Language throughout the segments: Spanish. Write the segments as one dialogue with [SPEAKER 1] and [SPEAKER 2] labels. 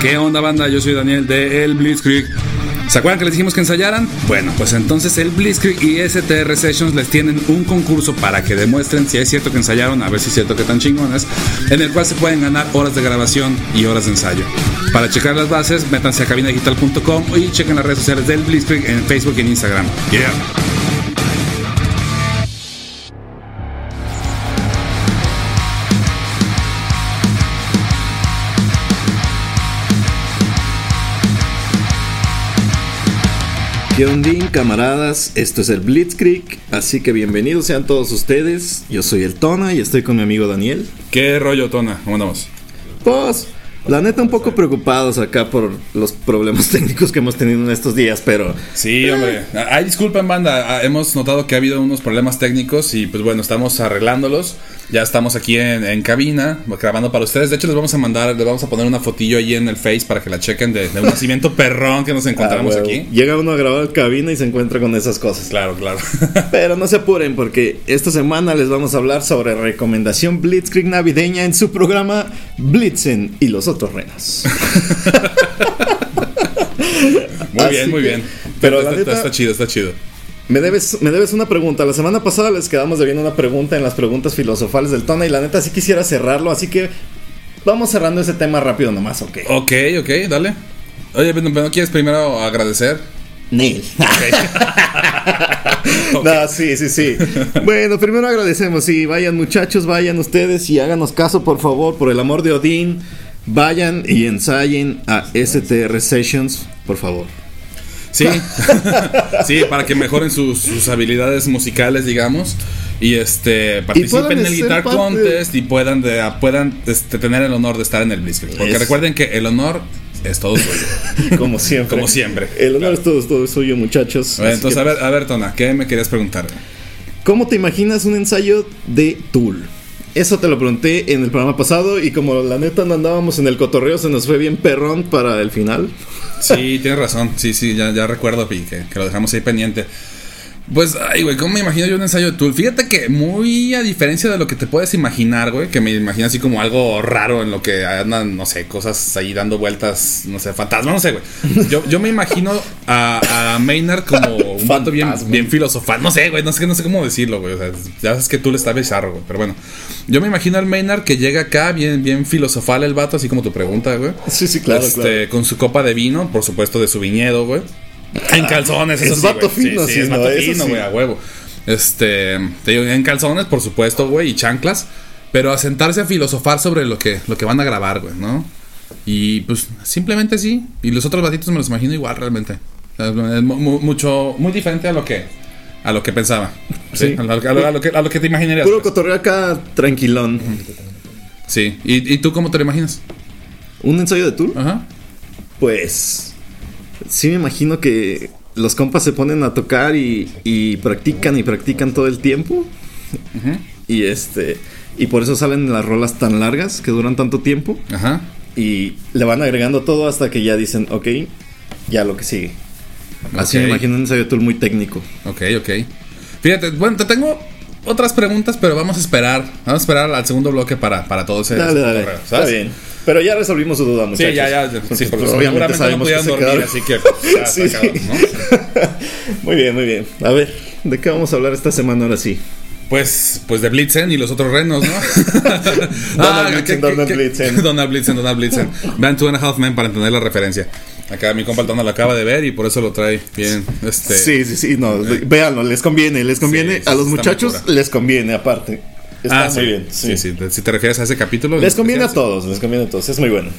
[SPEAKER 1] ¿Qué onda, banda? Yo soy Daniel de El Blitzkrieg. ¿Se acuerdan que les dijimos que ensayaran? Bueno, pues entonces el Blitzkrieg y STR Sessions les tienen un concurso para que demuestren si es cierto que ensayaron, a ver si es cierto que tan chingones, en el cual se pueden ganar horas de grabación y horas de ensayo. Para checar las bases, métanse a cabinadigital.com y chequen las redes sociales del Blitzkrieg en Facebook y en Instagram. Yeah.
[SPEAKER 2] ¿Qué ondín, camaradas? Esto es el Blitzkrieg, así que bienvenidos sean todos ustedes. Yo soy el Tona y estoy con mi amigo Daniel.
[SPEAKER 1] ¿Qué rollo, Tona? ¿Cómo andamos?
[SPEAKER 2] Pues, la neta, un poco preocupados acá por los problemas técnicos que hemos tenido en estos días, pero
[SPEAKER 1] Sí, hombre. Ay, disculpen, banda. Ah, Hemos notado que ha habido unos problemas técnicos y pues bueno, estamos arreglándolos. Ya estamos aquí en, en cabina grabando para ustedes. De hecho, les vamos a mandar, les vamos a poner una fotillo ahí en el Face para que la chequen de, de un nacimiento perrón que nos encontramos
[SPEAKER 2] Ah, huevo.
[SPEAKER 1] aquí.
[SPEAKER 2] Llega uno a grabar cabina y se encuentra con esas cosas.
[SPEAKER 1] Claro, claro.
[SPEAKER 2] Pero no se apuren porque esta semana les vamos a hablar sobre recomendación Blitzkrieg navideña en su programa Blitzen y los otros renos.
[SPEAKER 1] Muy bien,
[SPEAKER 2] Así
[SPEAKER 1] muy
[SPEAKER 2] Ah, que-
[SPEAKER 1] bien.
[SPEAKER 2] pero
[SPEAKER 1] está,
[SPEAKER 2] la
[SPEAKER 1] está-
[SPEAKER 2] neta-
[SPEAKER 1] está chido, está chido.
[SPEAKER 2] Me debes, me debes una pregunta. La semana pasada les quedamos debiendo una pregunta en las preguntas filosofales del Tona y la neta sí quisiera cerrarlo, así que vamos cerrando ese tema rápido nomás, ¿ok?
[SPEAKER 1] Ok, ok, dale. Oye, pero ¿no quieres primero agradecer?
[SPEAKER 2] Neil. No, sí, sí, sí. Bueno, primero agradecemos. Sí, vayan muchachos, vayan ustedes y háganos caso, por favor, por el amor de Odín. Vayan y ensayen a STR Sessions, por favor.
[SPEAKER 1] Sí, sí, para que mejoren sus, sus habilidades musicales, digamos. Y este participen
[SPEAKER 2] puedan
[SPEAKER 1] en el
[SPEAKER 2] ser
[SPEAKER 1] Guitar
[SPEAKER 2] parte-
[SPEAKER 1] Contest y puedan, de- puedan este, tener el honor de estar en el Blitzkrieg. Porque
[SPEAKER 2] Es-
[SPEAKER 1] recuerden que el honor es todo suyo.
[SPEAKER 2] Como siempre.
[SPEAKER 1] Como siempre.
[SPEAKER 2] El honor es todo, todo suyo, muchachos.
[SPEAKER 1] A ver,
[SPEAKER 2] Así
[SPEAKER 1] Entonces,
[SPEAKER 2] que,
[SPEAKER 1] a ver, a ver, Tona, ¿qué me querías preguntar?
[SPEAKER 2] ¿Cómo te imaginas un ensayo de Tool? Eso te lo pregunté en el programa pasado y como la neta no andábamos en el cotorreo, se nos fue bien perrón para el final.
[SPEAKER 1] Sí, tienes razón. Sí, sí, ya, ya recuerdo, Pi, que, que lo dejamos ahí pendiente. Pues, ay, güey, ¿cómo me imagino yo un ensayo de Tool? Fíjate que muy a diferencia de lo que te puedes imaginar, güey, que me imagino así como algo raro en lo que andan, no sé, cosas ahí dando vueltas, no sé, fantasmas, no sé, güey. Yo, yo me imagino a, a Maynard como un vato bien,
[SPEAKER 2] Fantasma.
[SPEAKER 1] bien filosofal, no sé, güey, no sé, no sé cómo decirlo, güey. O sea, ya sabes que Tool está bizarro, güey, pero bueno. Yo me imagino al Maynard que llega acá bien, bien filosofal el vato, así como tu pregunta, güey
[SPEAKER 2] Sí, sí, claro,
[SPEAKER 1] este,
[SPEAKER 2] claro.
[SPEAKER 1] Con su copa de vino, por supuesto, de su viñedo, güey. En calzones, eso
[SPEAKER 2] es
[SPEAKER 1] sí,
[SPEAKER 2] vato
[SPEAKER 1] güey. Sí,
[SPEAKER 2] fino,
[SPEAKER 1] sí,
[SPEAKER 2] sí,
[SPEAKER 1] es
[SPEAKER 2] no,
[SPEAKER 1] vato
[SPEAKER 2] eso
[SPEAKER 1] fino,
[SPEAKER 2] sí.
[SPEAKER 1] güey, a huevo. Este, te digo, en calzones, por supuesto, güey, y chanclas. Pero a sentarse a filosofar sobre lo que, lo que van a grabar, güey, ¿no? Y pues simplemente sí. Y los otros batitos me los imagino igual, realmente. Es mu- mu- mucho, muy diferente a lo que, a lo que pensaba. Sí.
[SPEAKER 2] Sí.
[SPEAKER 1] A, lo, a lo- a lo que, a lo que te imaginarías.
[SPEAKER 2] Puro
[SPEAKER 1] pues.
[SPEAKER 2] cotorreo acá, tranquilón.
[SPEAKER 1] Sí. ¿Y, ¿Y tú cómo te lo imaginas?
[SPEAKER 2] ¿Un ensayo de Tool?
[SPEAKER 1] Ajá.
[SPEAKER 2] Pues sí me imagino que los compas se ponen a tocar y, y practican y practican todo el tiempo. Y este. Y por eso salen las rolas tan largas que duran tanto tiempo.
[SPEAKER 1] Ajá.
[SPEAKER 2] Y le van agregando todo hasta que ya dicen, ok, ya lo que sigue. Así me
[SPEAKER 1] Ok.
[SPEAKER 2] imagino un ensayo de Tool muy técnico.
[SPEAKER 1] Ok, ok. Fíjate, bueno, te tengo otras preguntas, pero vamos a esperar. Vamos a esperar al segundo bloque para, para todo ese.
[SPEAKER 2] Dale,
[SPEAKER 1] ese
[SPEAKER 2] dale.
[SPEAKER 1] cotorreo,
[SPEAKER 2] Está
[SPEAKER 1] ¿sabes?
[SPEAKER 2] bien. Pero ya resolvimos su duda, muchachos.
[SPEAKER 1] Sí, ya, ya. Sí, porque
[SPEAKER 2] Pues,
[SPEAKER 1] seguramente
[SPEAKER 2] obviamente
[SPEAKER 1] no
[SPEAKER 2] sabemos que
[SPEAKER 1] pudieron
[SPEAKER 2] se
[SPEAKER 1] dormir,
[SPEAKER 2] quedaron-
[SPEAKER 1] así que. pues, ya,
[SPEAKER 2] Sí.
[SPEAKER 1] está cabrón, ¿no?
[SPEAKER 2] Muy bien, muy bien. A ver, ¿de qué vamos a hablar esta semana ahora sí?
[SPEAKER 1] Pues, pues de Blitzen y los otros renos, ¿no? Ah,
[SPEAKER 2] Donald
[SPEAKER 1] ¿qué-
[SPEAKER 2] Blitzen,
[SPEAKER 1] qué-
[SPEAKER 2] Donald
[SPEAKER 1] qué-
[SPEAKER 2] Blitzen.
[SPEAKER 1] Donald Blitzen, Donald Blitzen. Vean Two and a Half Men para entender la referencia. Acá mi compa el Donald lo acaba de ver y por eso lo trae bien. Este,
[SPEAKER 2] Sí, sí, sí, no, de- véanlo, les conviene, les conviene.
[SPEAKER 1] sí,
[SPEAKER 2] a los
[SPEAKER 1] está muy
[SPEAKER 2] muchachos
[SPEAKER 1] cura.
[SPEAKER 2] les conviene, aparte. Está
[SPEAKER 1] Ah,
[SPEAKER 2] muy
[SPEAKER 1] sí,
[SPEAKER 2] bien.
[SPEAKER 1] Sí, sí. Si te refieres a ese capítulo.
[SPEAKER 2] Les conviene
[SPEAKER 1] a
[SPEAKER 2] a todos, les conviene a todos, es muy bueno.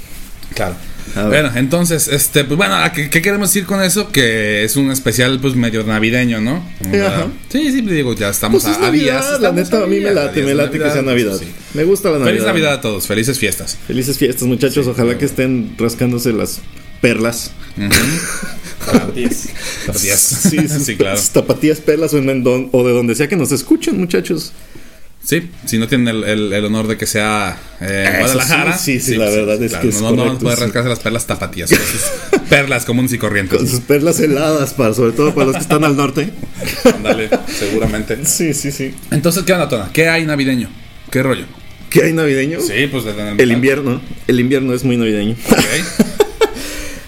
[SPEAKER 1] Claro.
[SPEAKER 2] A ver.
[SPEAKER 1] Bueno, entonces, este, pues bueno, ¿a ¿qué, qué queremos decir con eso? Que es un especial, pues, medio navideño, ¿no? Ah,
[SPEAKER 2] Sí, ajá.
[SPEAKER 1] Sí, sí, digo, ya estamos
[SPEAKER 2] Pues es
[SPEAKER 1] a, a
[SPEAKER 2] Navidad,
[SPEAKER 1] días,
[SPEAKER 2] la
[SPEAKER 1] estamos
[SPEAKER 2] neta a mí me
[SPEAKER 1] días,
[SPEAKER 2] late,
[SPEAKER 1] días
[SPEAKER 2] me
[SPEAKER 1] de
[SPEAKER 2] late que sea Navidad.
[SPEAKER 1] pues sí, sí.
[SPEAKER 2] Me gusta la Navidad.
[SPEAKER 1] Feliz Navidad a todos, felices fiestas.
[SPEAKER 2] Felices fiestas, muchachos, ojalá que estén rascándose las perlas.
[SPEAKER 1] Gracias.
[SPEAKER 2] Sí,
[SPEAKER 1] Sí, claro.
[SPEAKER 2] sus Tapatías, perlas o, en don- o de donde sea que nos escuchen, muchachos.
[SPEAKER 1] Sí, si no tienen el, el- el honor de que sea eh, en
[SPEAKER 2] Eso
[SPEAKER 1] Guadalajara.
[SPEAKER 2] sí, sí, sí, la verdad es que es
[SPEAKER 1] no, no, no
[SPEAKER 2] correcto,
[SPEAKER 1] puede
[SPEAKER 2] sí.
[SPEAKER 1] rascarse las perlas tapatías. son sus perlas comunes y
[SPEAKER 2] Con
[SPEAKER 1] corrientes.
[SPEAKER 2] sus perlas heladas, para, sobre todo para los que están al norte.
[SPEAKER 1] Ándale, seguramente.
[SPEAKER 2] Sí, sí, sí.
[SPEAKER 1] Entonces, ¿qué onda, Tona? ¿Qué hay navideño? ¿Qué rollo?
[SPEAKER 2] ¿Qué hay navideño?
[SPEAKER 1] Sí, pues
[SPEAKER 2] El invierno, el invierno es muy navideño.
[SPEAKER 1] Ok.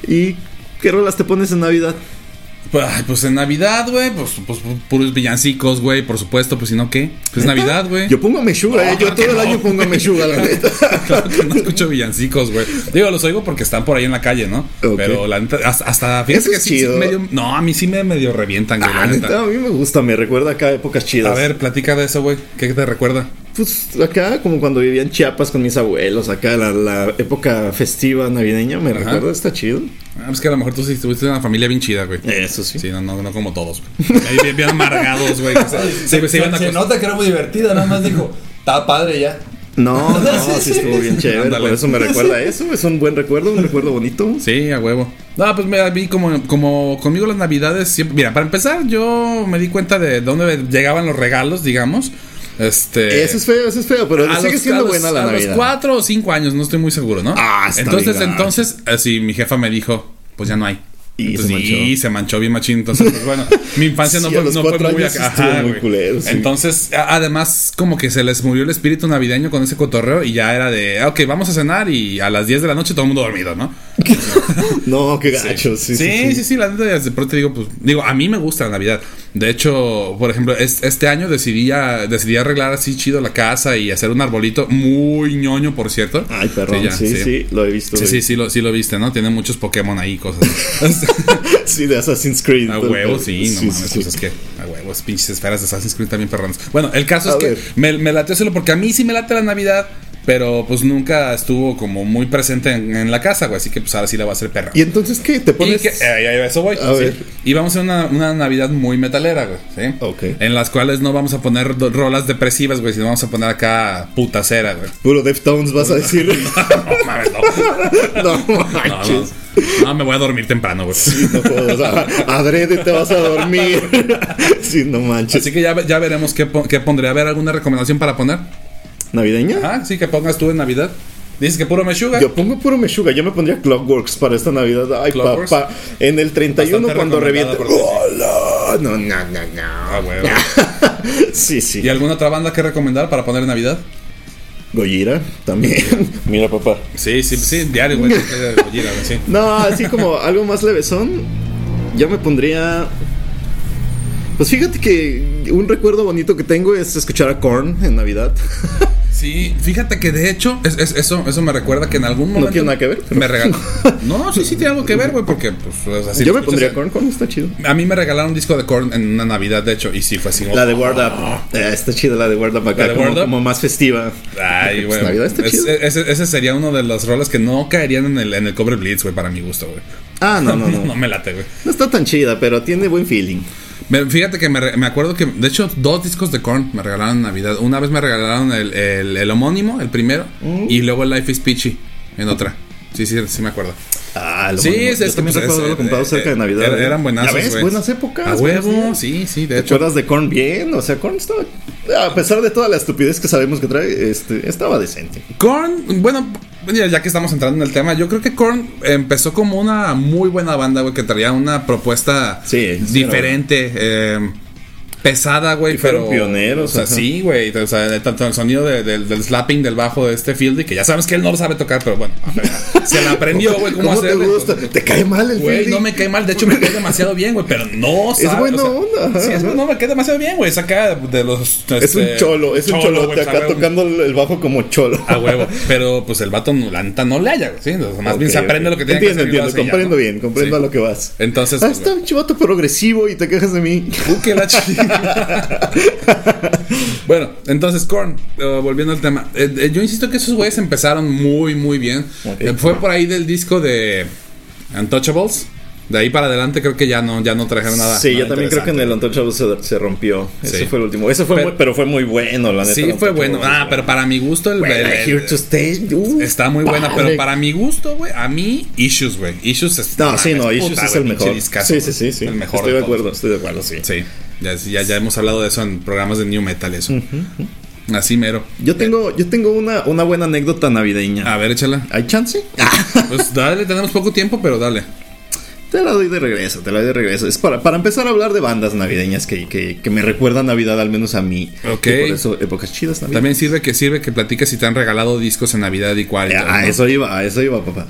[SPEAKER 2] ¿Y qué rolas te pones en Navidad?
[SPEAKER 1] Ay, pues en Navidad, güey, pues, pues, pu- puros villancicos, güey, por supuesto, pues si no, ¿qué? Pues
[SPEAKER 2] ¿Neta?
[SPEAKER 1] Navidad, güey.
[SPEAKER 2] Yo pongo Meshuga, eh, yo
[SPEAKER 1] claro que
[SPEAKER 2] todo el
[SPEAKER 1] Ah, no.
[SPEAKER 2] año pongo Meshuga, la neta.
[SPEAKER 1] Claro que no escucho villancicos, güey. Digo, los oigo porque están por ahí en la calle, ¿no?
[SPEAKER 2] Ok.
[SPEAKER 1] Pero la neta, hasta, hasta fíjate
[SPEAKER 2] Eso
[SPEAKER 1] que
[SPEAKER 2] es
[SPEAKER 1] sí, sí
[SPEAKER 2] chido.
[SPEAKER 1] medio- no, a mí sí me medio revientan, güey,
[SPEAKER 2] Ah,
[SPEAKER 1] la neta.
[SPEAKER 2] neta, a mí me gusta, me recuerda acá épocas chidas.
[SPEAKER 1] A ver, platica de eso, güey. ¿Qué te recuerda?
[SPEAKER 2] Pues acá, como cuando vivía en Chiapas con mis abuelos, acá la, la época festiva navideña, me
[SPEAKER 1] Ajá.
[SPEAKER 2] recuerda, está chido.
[SPEAKER 1] Ah, pues que a lo mejor tú sí estuviste en una familia bien chida, güey.
[SPEAKER 2] Eso sí.
[SPEAKER 1] Sí, no, no, no como todos, güey. Ahí bien, bien amargados, güey. que se- Sí, güey, se iban a
[SPEAKER 3] se
[SPEAKER 1] acostar.
[SPEAKER 3] nota que era muy divertida, nada más dijo, está padre ya.
[SPEAKER 2] No, no, sí estuvo bien chévere,
[SPEAKER 1] Ándale.
[SPEAKER 2] por eso me recuerda a eso, es un buen recuerdo, un recuerdo bonito.
[SPEAKER 1] Sí, a huevo. No, pues mira, a mí como, como conmigo las navidades siempre... Mira, para empezar, yo me di cuenta de dónde llegaban los regalos, digamos. Este...
[SPEAKER 2] Eso es feo, eso es feo, pero sigue siendo
[SPEAKER 1] a
[SPEAKER 2] buena
[SPEAKER 1] los-
[SPEAKER 2] la
[SPEAKER 1] a
[SPEAKER 2] Navidad.
[SPEAKER 1] los cuatro o cinco años, no estoy muy seguro, ¿no?
[SPEAKER 2] Ah, está
[SPEAKER 1] Entonces,
[SPEAKER 2] bien gacho.
[SPEAKER 1] entonces, así mi jefa me dijo, pues ya no hay.
[SPEAKER 2] Y
[SPEAKER 1] Entonces,
[SPEAKER 2] se manchó.
[SPEAKER 1] y se manchó bien machín. Entonces, pues, bueno, mi infancia no
[SPEAKER 2] Sí,
[SPEAKER 1] fue,
[SPEAKER 2] a los
[SPEAKER 1] no fue
[SPEAKER 2] cuatro
[SPEAKER 1] muy
[SPEAKER 2] años
[SPEAKER 1] acá.
[SPEAKER 2] estuvo
[SPEAKER 1] Ajá,
[SPEAKER 2] muy
[SPEAKER 1] güey.
[SPEAKER 2] culero, sí.
[SPEAKER 1] Entonces, a- además, como que se les murió el espíritu navideño con ese cotorreo y ya era de, ah, ok, vamos a cenar y a las 10 de la noche todo el mundo dormido, ¿no?
[SPEAKER 2] No, qué gacho, sí, sí. sí.
[SPEAKER 1] sí, sí, la neta, de pronto te digo, pues, digo, a mí me gusta la Navidad. De hecho, por ejemplo, es- este año decidí, a- decidí arreglar así chido la casa y hacer un arbolito muy ñoño, por cierto.
[SPEAKER 2] Ay, perrón,
[SPEAKER 1] ya,
[SPEAKER 2] sí, sí, lo he visto.
[SPEAKER 1] Sí,
[SPEAKER 2] güey.
[SPEAKER 1] sí, sí lo, sí lo viste, ¿no? Tiene muchos Pokémon ahí, cosas. así.
[SPEAKER 2] Sí, de Assassin's Creed.
[SPEAKER 1] a
[SPEAKER 2] todo el
[SPEAKER 1] huevo,
[SPEAKER 2] pedo.
[SPEAKER 1] sí, no mames,
[SPEAKER 2] sí.
[SPEAKER 1] pues es que a huevos, pinches esferas de Assassin's Creed también perronas. Bueno, el caso es
[SPEAKER 2] A
[SPEAKER 1] que
[SPEAKER 2] ver.
[SPEAKER 1] me, me late solo porque a mí sí me late la Navidad, pero pues nunca estuvo como muy presente en, en la casa, güey, así que pues ahora sí la voy a hacer perra.
[SPEAKER 2] ¿Y entonces qué? ¿Te
[SPEAKER 1] Y
[SPEAKER 2] pones...?
[SPEAKER 1] que, eh, eh, eso voy.
[SPEAKER 2] A
[SPEAKER 1] sí.
[SPEAKER 2] ver.
[SPEAKER 1] Y vamos a una, una Navidad muy metalera, güey. ¿sí?
[SPEAKER 2] Ok.
[SPEAKER 1] En las cuales no vamos a poner do- rolas depresivas, güey, sino vamos a poner acá putacera, güey.
[SPEAKER 2] Puro Deftones vas a decir.
[SPEAKER 1] No mames, no.
[SPEAKER 2] no
[SPEAKER 1] No, no.
[SPEAKER 2] manches.
[SPEAKER 1] No, me voy a dormir temprano, güey.
[SPEAKER 2] No puedo, o sea, adrede te vas a dormir. Sí, no manches.
[SPEAKER 1] Así que ya, ve- ya veremos qué, pon- qué pondré. A ver, ¿alguna recomendación para poner?
[SPEAKER 2] ¿Navideña?
[SPEAKER 1] Ajá, sí, que pongas tú en Navidad. Dices que puro mechuga.
[SPEAKER 2] Yo pongo puro Meshuga, yo me pondría Clockworks para esta Navidad. Ay,
[SPEAKER 1] Clockworks.
[SPEAKER 2] papá. En el 31
[SPEAKER 1] Bastante
[SPEAKER 2] cuando
[SPEAKER 1] recomendada
[SPEAKER 2] reviente.
[SPEAKER 1] porque sí.
[SPEAKER 2] ¡Hola! No, no, no, no.
[SPEAKER 1] Ah, huevo.
[SPEAKER 2] sí,
[SPEAKER 1] ¿Y
[SPEAKER 2] sí.
[SPEAKER 1] alguna otra banda que recomendar para poner en Navidad?
[SPEAKER 2] Gojira también. Mira, papá.
[SPEAKER 1] Sí, sí, sí, diario, güey. Gojira, güey, sí.
[SPEAKER 2] No, así como algo más levesón, yo me pondría. Pues fíjate que un recuerdo bonito que tengo es escuchar a Korn en Navidad.
[SPEAKER 1] Sí, fíjate que de hecho, es- es- eso, eso me recuerda que en algún momento.
[SPEAKER 2] tiene nada que ver, pero-
[SPEAKER 1] Me regaló. No, sí, sí tiene algo que ver, güey, porque pues o sea, si
[SPEAKER 2] yo
[SPEAKER 1] lo
[SPEAKER 2] me pondría
[SPEAKER 1] escuchas-
[SPEAKER 2] Korn, Korn está chido.
[SPEAKER 1] A mí me regalaron un disco de Korn en una Navidad, de hecho, y sí fue así. como-
[SPEAKER 2] La de Ward Up. Eh, está chida la de Ward Up
[SPEAKER 1] Oh. ¿La de
[SPEAKER 2] acá, como,
[SPEAKER 1] Ward Up?
[SPEAKER 2] como más festiva.
[SPEAKER 1] Ay,
[SPEAKER 2] Pues
[SPEAKER 1] güey.
[SPEAKER 2] Navidad está
[SPEAKER 1] Es-
[SPEAKER 2] chido.
[SPEAKER 1] ese, ese sería uno de las rolas que no caerían en el, en el cobre Blitz, güey, para mi gusto, güey.
[SPEAKER 2] Ah, no, no,
[SPEAKER 1] No
[SPEAKER 2] no.
[SPEAKER 1] me late, güey.
[SPEAKER 2] No está tan chida, pero tiene buen feeling.
[SPEAKER 1] Me- Fíjate que me, re- me acuerdo que, de hecho, dos discos de Korn me regalaron en Navidad. Una vez me regalaron el, el- el homónimo, el primero,
[SPEAKER 2] Mm.
[SPEAKER 1] y luego el Life is Peachy, en otra. Sí, sí, sí me acuerdo.
[SPEAKER 2] Ah, lo
[SPEAKER 1] Sí,
[SPEAKER 2] bueno.
[SPEAKER 1] es,
[SPEAKER 2] Yo
[SPEAKER 1] es que
[SPEAKER 2] también
[SPEAKER 1] pues,
[SPEAKER 2] recuerdo
[SPEAKER 1] es-
[SPEAKER 2] haberlo
[SPEAKER 1] eh,
[SPEAKER 2] comprado
[SPEAKER 1] eh,
[SPEAKER 2] cerca de
[SPEAKER 1] er-
[SPEAKER 2] Navidad.
[SPEAKER 1] Eran, buenazos,
[SPEAKER 2] ¿Ya ves?
[SPEAKER 1] güey.
[SPEAKER 2] Buenas épocas.
[SPEAKER 1] A
[SPEAKER 2] buenos
[SPEAKER 1] huevo,
[SPEAKER 2] días.
[SPEAKER 1] sí, sí, de
[SPEAKER 2] ¿Te
[SPEAKER 1] hecho.
[SPEAKER 2] acuerdas de Korn bien? O sea, Korn estaba. A pesar de toda la estupidez que sabemos que trae, este, estaba decente.
[SPEAKER 1] Korn, bueno, ya, ya que estamos entrando en el tema, yo creo que Korn empezó como una muy buena banda, güey, que traía una propuesta
[SPEAKER 2] Sí, sí,
[SPEAKER 1] diferente, eh, pesada, güey.
[SPEAKER 2] Y fueron
[SPEAKER 1] pero-
[SPEAKER 2] pioneros,
[SPEAKER 1] O sea,
[SPEAKER 2] ajá.
[SPEAKER 1] sí, güey. O sea, el- tanto el sonido de- del, del slapping del bajo de este Fieldy, que ya sabes que él no lo sabe tocar, pero bueno, se la aprendió, güey, cómo,
[SPEAKER 2] ¿Cómo te
[SPEAKER 1] hacerle.
[SPEAKER 2] gusta?
[SPEAKER 1] Entonces,
[SPEAKER 2] ¿Te cae mal el
[SPEAKER 1] Güey,
[SPEAKER 2] Philly?
[SPEAKER 1] no me cae mal, de hecho me cae demasiado bien, güey, pero no sabe,
[SPEAKER 2] buena
[SPEAKER 1] sea,
[SPEAKER 2] onda, ajá,
[SPEAKER 1] Sí, es
[SPEAKER 2] ajá.
[SPEAKER 1] bueno, me cae demasiado bien, güey, saca de los...
[SPEAKER 2] Es un
[SPEAKER 1] este,
[SPEAKER 2] cholo, es un cholo.
[SPEAKER 1] güey, Ah,
[SPEAKER 2] te
[SPEAKER 1] saca
[SPEAKER 2] acá
[SPEAKER 1] un-
[SPEAKER 2] tocando el bajo como cholo.
[SPEAKER 1] a huevo. Pero pues el vato no- la neta no le haya, güey. ¿sí? Entonces, más bien
[SPEAKER 2] Ok,
[SPEAKER 1] se aprende
[SPEAKER 2] ok.
[SPEAKER 1] lo que tiene
[SPEAKER 2] entiendo,
[SPEAKER 1] que hacer. y lo
[SPEAKER 2] Entiendo,
[SPEAKER 1] hace y ya,
[SPEAKER 2] Comprendo
[SPEAKER 1] ¿no?
[SPEAKER 2] bien, comprendo
[SPEAKER 1] Sí.
[SPEAKER 2] a lo que vas.
[SPEAKER 1] Entonces,
[SPEAKER 2] Ah,
[SPEAKER 1] pues,
[SPEAKER 2] está
[SPEAKER 1] güey,
[SPEAKER 2] un chivato progresivo y te quejas de mí.
[SPEAKER 1] uh, qué la chingada. bueno, entonces, Korn, eh, volviendo al tema. Eh, eh, yo insisto que esos güeyes empezaron muy, muy bien.
[SPEAKER 2] Ok.
[SPEAKER 1] Eh, fue por ahí del disco de Untouchables. De ahí para adelante creo que ya no, ya no trajeron nada.
[SPEAKER 2] sí, yo
[SPEAKER 1] nada
[SPEAKER 2] también creo que en el Untouchable se, se rompió.
[SPEAKER 1] Sí.
[SPEAKER 2] Ese fue el último. Ese
[SPEAKER 1] Pero-
[SPEAKER 2] fue pero, muy, pero fue muy bueno, la neta.
[SPEAKER 1] Sí,
[SPEAKER 2] el
[SPEAKER 1] fue
[SPEAKER 2] Untouchables.
[SPEAKER 1] bueno. Ah, pero para mi gusto el,
[SPEAKER 2] Bueno,
[SPEAKER 1] el-
[SPEAKER 2] I Here to Stay, uh,
[SPEAKER 1] Está muy buena, pero
[SPEAKER 2] padre.
[SPEAKER 1] para mi gusto, güey, a mí, Issues, güey. Issues es.
[SPEAKER 2] No, sí, no,
[SPEAKER 1] mames,
[SPEAKER 2] Issues
[SPEAKER 1] puta,
[SPEAKER 2] es el
[SPEAKER 1] güey,
[SPEAKER 2] mejor.
[SPEAKER 1] pinche discazo,
[SPEAKER 2] sí,
[SPEAKER 1] güey.
[SPEAKER 2] sí, sí, sí.
[SPEAKER 1] El mejor
[SPEAKER 2] estoy
[SPEAKER 1] de
[SPEAKER 2] de,
[SPEAKER 1] todos.
[SPEAKER 2] acuerdo, estoy de acuerdo, sí.
[SPEAKER 1] Sí, ya, ya, ya hemos hablado de eso en programas de New Metal, eso. Así mero.
[SPEAKER 2] Yo tengo, yo tengo una, una buena anécdota navideña.
[SPEAKER 1] A ver, échala.
[SPEAKER 2] ¿Hay chance? Ah,
[SPEAKER 1] Pues dale, tenemos poco tiempo, pero dale.
[SPEAKER 2] Te la doy de regreso, te la doy de regreso. Es para, para empezar a hablar de bandas navideñas que, que, que me recuerdan Navidad, al menos a mí.
[SPEAKER 1] Ok.
[SPEAKER 2] Y por eso, épocas chidas Navidad.
[SPEAKER 1] También
[SPEAKER 2] Ah,
[SPEAKER 1] sirve que sirve que platiques si te han regalado discos en Navidad y cuál. y todo,
[SPEAKER 2] Eh, a
[SPEAKER 1] ¿no?
[SPEAKER 2] eso iba, a eso iba, papá.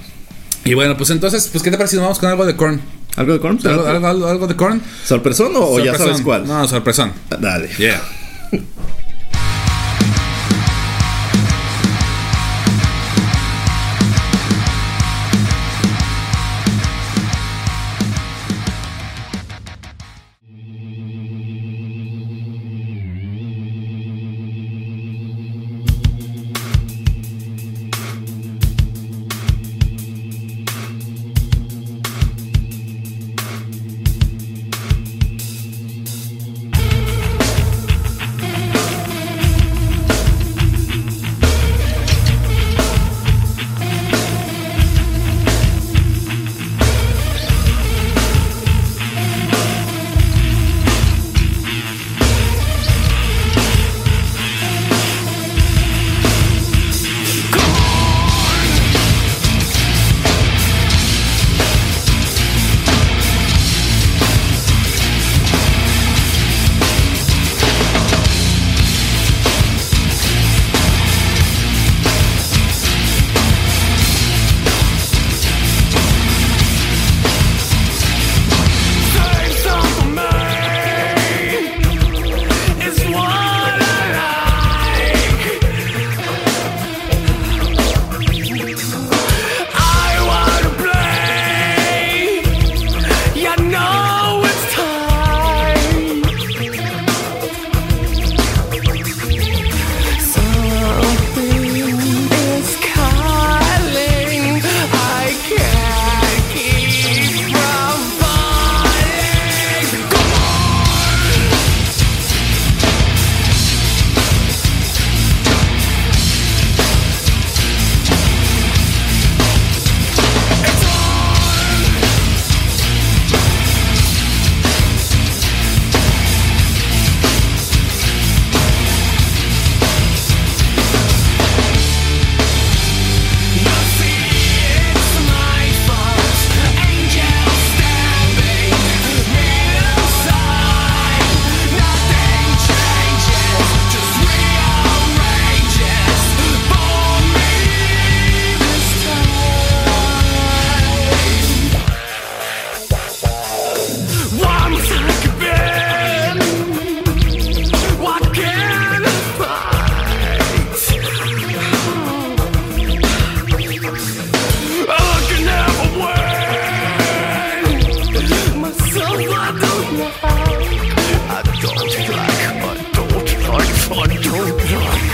[SPEAKER 4] Y bueno, pues entonces, pues ¿qué te parece si nos vamos con algo de Korn?
[SPEAKER 2] ¿Algo de Korn?
[SPEAKER 4] ¿Algo, algo, algo- algo de Korn?
[SPEAKER 2] ¿Sorpresón o o Oh, ya
[SPEAKER 4] Sorpresón.
[SPEAKER 2] sabes cuál?
[SPEAKER 4] No, sorpresón.
[SPEAKER 2] Dale.
[SPEAKER 4] Yeah.
[SPEAKER 5] I can't keep from falling. Go on. What can I fight? I can never win myself. I don't like. I don't like. I don't like. I don't like. Something is calling. I can't keep from falling.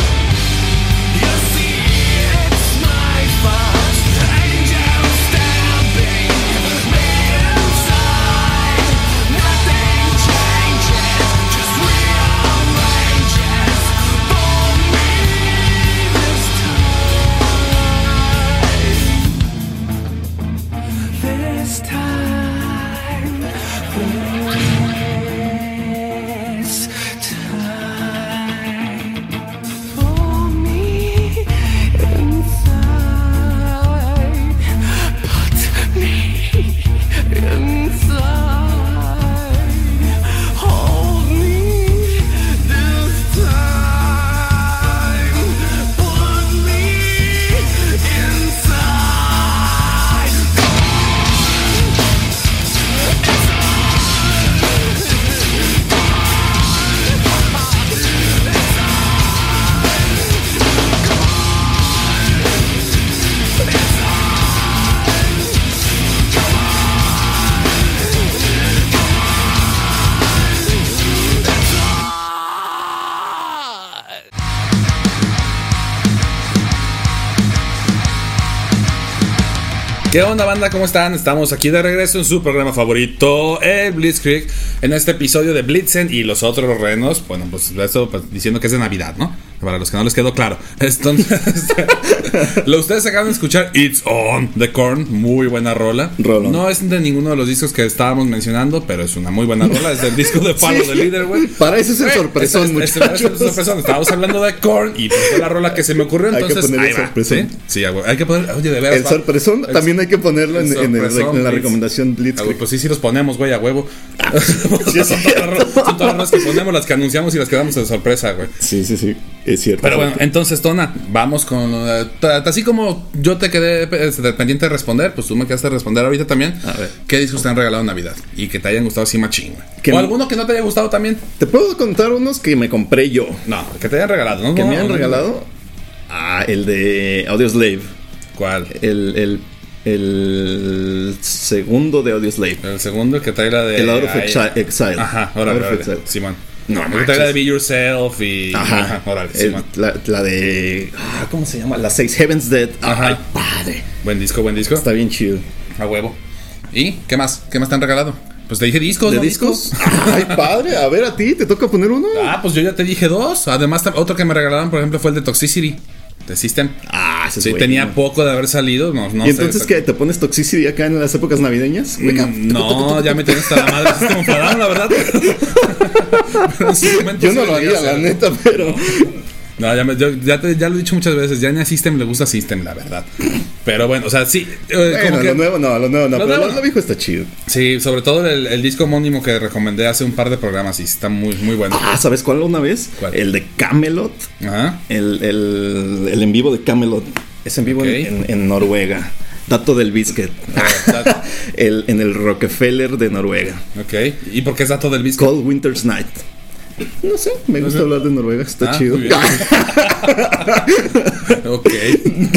[SPEAKER 5] You see, it's my fault. Angels stabbing me inside. Nothing changes, just rearranges for me this time. This time, this time. For me inside, put me inside, hold me this time, put me inside.
[SPEAKER 4] ¿Qué onda, banda? ¿Cómo están? Estamos aquí de regreso en su programa favorito, el Blitzkrieg, en este episodio de Blitzen y los otros renos. Bueno, pues esto pues, diciendo que es de Navidad, ¿no?
[SPEAKER 1] Para los que no les quedó claro. Entonces, lo ustedes acaban de escuchar, It's On, The Korn, muy buena rola.
[SPEAKER 2] Rolón.
[SPEAKER 1] No es de ninguno de los discos que estábamos mencionando, pero es una muy buena rola. Es del disco de Palo de Líder, güey.
[SPEAKER 2] Para eso es el
[SPEAKER 1] Güey,
[SPEAKER 2] sorpresón,
[SPEAKER 1] es- es- es-
[SPEAKER 2] muchachos.
[SPEAKER 1] es el sorpresón. Estábamos hablando de Korn y pues, fue la rola que se me ocurrió,
[SPEAKER 2] Hay que
[SPEAKER 1] entonces
[SPEAKER 2] ponerle
[SPEAKER 1] ahí va,
[SPEAKER 2] sorpresón.
[SPEAKER 1] ¿sí? Sí, ah, güey, hay que poner, oye, de veras.
[SPEAKER 2] El
[SPEAKER 1] va.
[SPEAKER 2] sorpresón
[SPEAKER 1] El-
[SPEAKER 2] también hay que ponerlo en,
[SPEAKER 1] el
[SPEAKER 2] en el-
[SPEAKER 1] sorpresón,
[SPEAKER 2] en la
[SPEAKER 1] Blitz.
[SPEAKER 2] recomendación Blitz.
[SPEAKER 1] Ah, güey, pues sí, sí los ponemos, güey, a huevo.
[SPEAKER 2] Ah, pues, sí es
[SPEAKER 1] son, todas las ro- son todas las rolas que ponemos, las que anunciamos y las que damos de sorpresa, güey.
[SPEAKER 2] Sí, sí, sí. Es cierto.
[SPEAKER 1] Pero bueno, entonces, Tona, vamos con. eh, ta- así como yo te quedé este, pendiente de responder, pues tú me quedaste de responder ahorita también.
[SPEAKER 2] A ver.
[SPEAKER 1] ¿Qué discos te han regalado en Navidad? Y que te hayan gustado así machín, güey.
[SPEAKER 2] Que
[SPEAKER 1] O
[SPEAKER 2] me-
[SPEAKER 1] alguno que no te haya gustado también.
[SPEAKER 2] Te puedo contar unos que me compré yo.
[SPEAKER 1] No, que te hayan regalado. ¿no?
[SPEAKER 2] Que me
[SPEAKER 1] No,
[SPEAKER 2] han
[SPEAKER 1] no,
[SPEAKER 2] regalado. Ah, el de Audioslave.
[SPEAKER 1] ¿Cuál?
[SPEAKER 2] El, el, el segundo de Audioslave.
[SPEAKER 1] El segundo, el que trae la de.
[SPEAKER 2] El Out of
[SPEAKER 1] ay,
[SPEAKER 2] Exi- Exile.
[SPEAKER 1] Ajá, órale,
[SPEAKER 2] Out of
[SPEAKER 1] órale,
[SPEAKER 2] Exile.
[SPEAKER 1] Simón.
[SPEAKER 2] No
[SPEAKER 1] el que trae la de
[SPEAKER 2] manches.
[SPEAKER 1] Be Yourself y.
[SPEAKER 2] Ajá.
[SPEAKER 1] órale,
[SPEAKER 2] El-
[SPEAKER 1] Simón.
[SPEAKER 2] la, la de. Ah, ¿Cómo se llama? La Six Heavens Dead.
[SPEAKER 1] Ajá.
[SPEAKER 2] Ay, padre.
[SPEAKER 1] Buen disco, buen disco.
[SPEAKER 2] Está bien chido.
[SPEAKER 1] A huevo. ¿Y qué más? ¿Qué más te han regalado? Pues te dije discos,
[SPEAKER 2] ¿De
[SPEAKER 1] ¿no?
[SPEAKER 2] discos? Ay, padre. A ver, a ti, ¿te toca poner uno?
[SPEAKER 1] Ah, pues yo ya te dije dos. Además, tam- otro que me regalaron, por ejemplo, fue el de Toxicity. De System.
[SPEAKER 2] Ah, ese es
[SPEAKER 1] Sí,
[SPEAKER 2] bueno.
[SPEAKER 1] tenía poco de haber salido. No, no
[SPEAKER 2] ¿Y
[SPEAKER 1] sé. Mm,
[SPEAKER 2] entonces qué? ¿Te pones toxicity acá en las épocas navideñas? Venga.
[SPEAKER 1] pues No, ya me tenía hasta la madre. Es como enfadado, la verdad. Pero en su momento
[SPEAKER 2] Yo
[SPEAKER 1] sí
[SPEAKER 2] no
[SPEAKER 1] lo
[SPEAKER 2] lo
[SPEAKER 1] llegué a
[SPEAKER 2] haría,
[SPEAKER 1] hacer.
[SPEAKER 2] la neta, pero.
[SPEAKER 1] No, ya, me- yo- ya, te- ya lo he dicho muchas veces. Ya ni a System le gusta System, la verdad. Pero bueno, o sea, sí. eh, como
[SPEAKER 2] Bueno,
[SPEAKER 1] que-
[SPEAKER 2] lo nuevo no, lo nuevo no,
[SPEAKER 1] Lo
[SPEAKER 2] pero
[SPEAKER 1] nuevo
[SPEAKER 2] lo,
[SPEAKER 1] no.
[SPEAKER 2] lo viejo está chido.
[SPEAKER 1] Sí, sobre todo el, el disco homónimo que recomendé hace un par de programas. Y está muy, muy bueno.
[SPEAKER 2] Ah, ¿sabes cuál una vez?
[SPEAKER 1] ¿Cuál?
[SPEAKER 2] El de Camelot.
[SPEAKER 1] Ajá.
[SPEAKER 2] El, el, el en vivo de Camelot. Es en vivo en-
[SPEAKER 1] Ok.
[SPEAKER 2] en, en Noruega. Dato del biscuit.
[SPEAKER 1] dato.
[SPEAKER 2] el, en el Rockefeller de Noruega.
[SPEAKER 1] Ok. ¿Y por qué es dato del disco?
[SPEAKER 2] Cold Winter's Night. No sé, me gusta hablar de Noruega, está
[SPEAKER 1] Ah,
[SPEAKER 2] chido.
[SPEAKER 1] muy bien. Ok.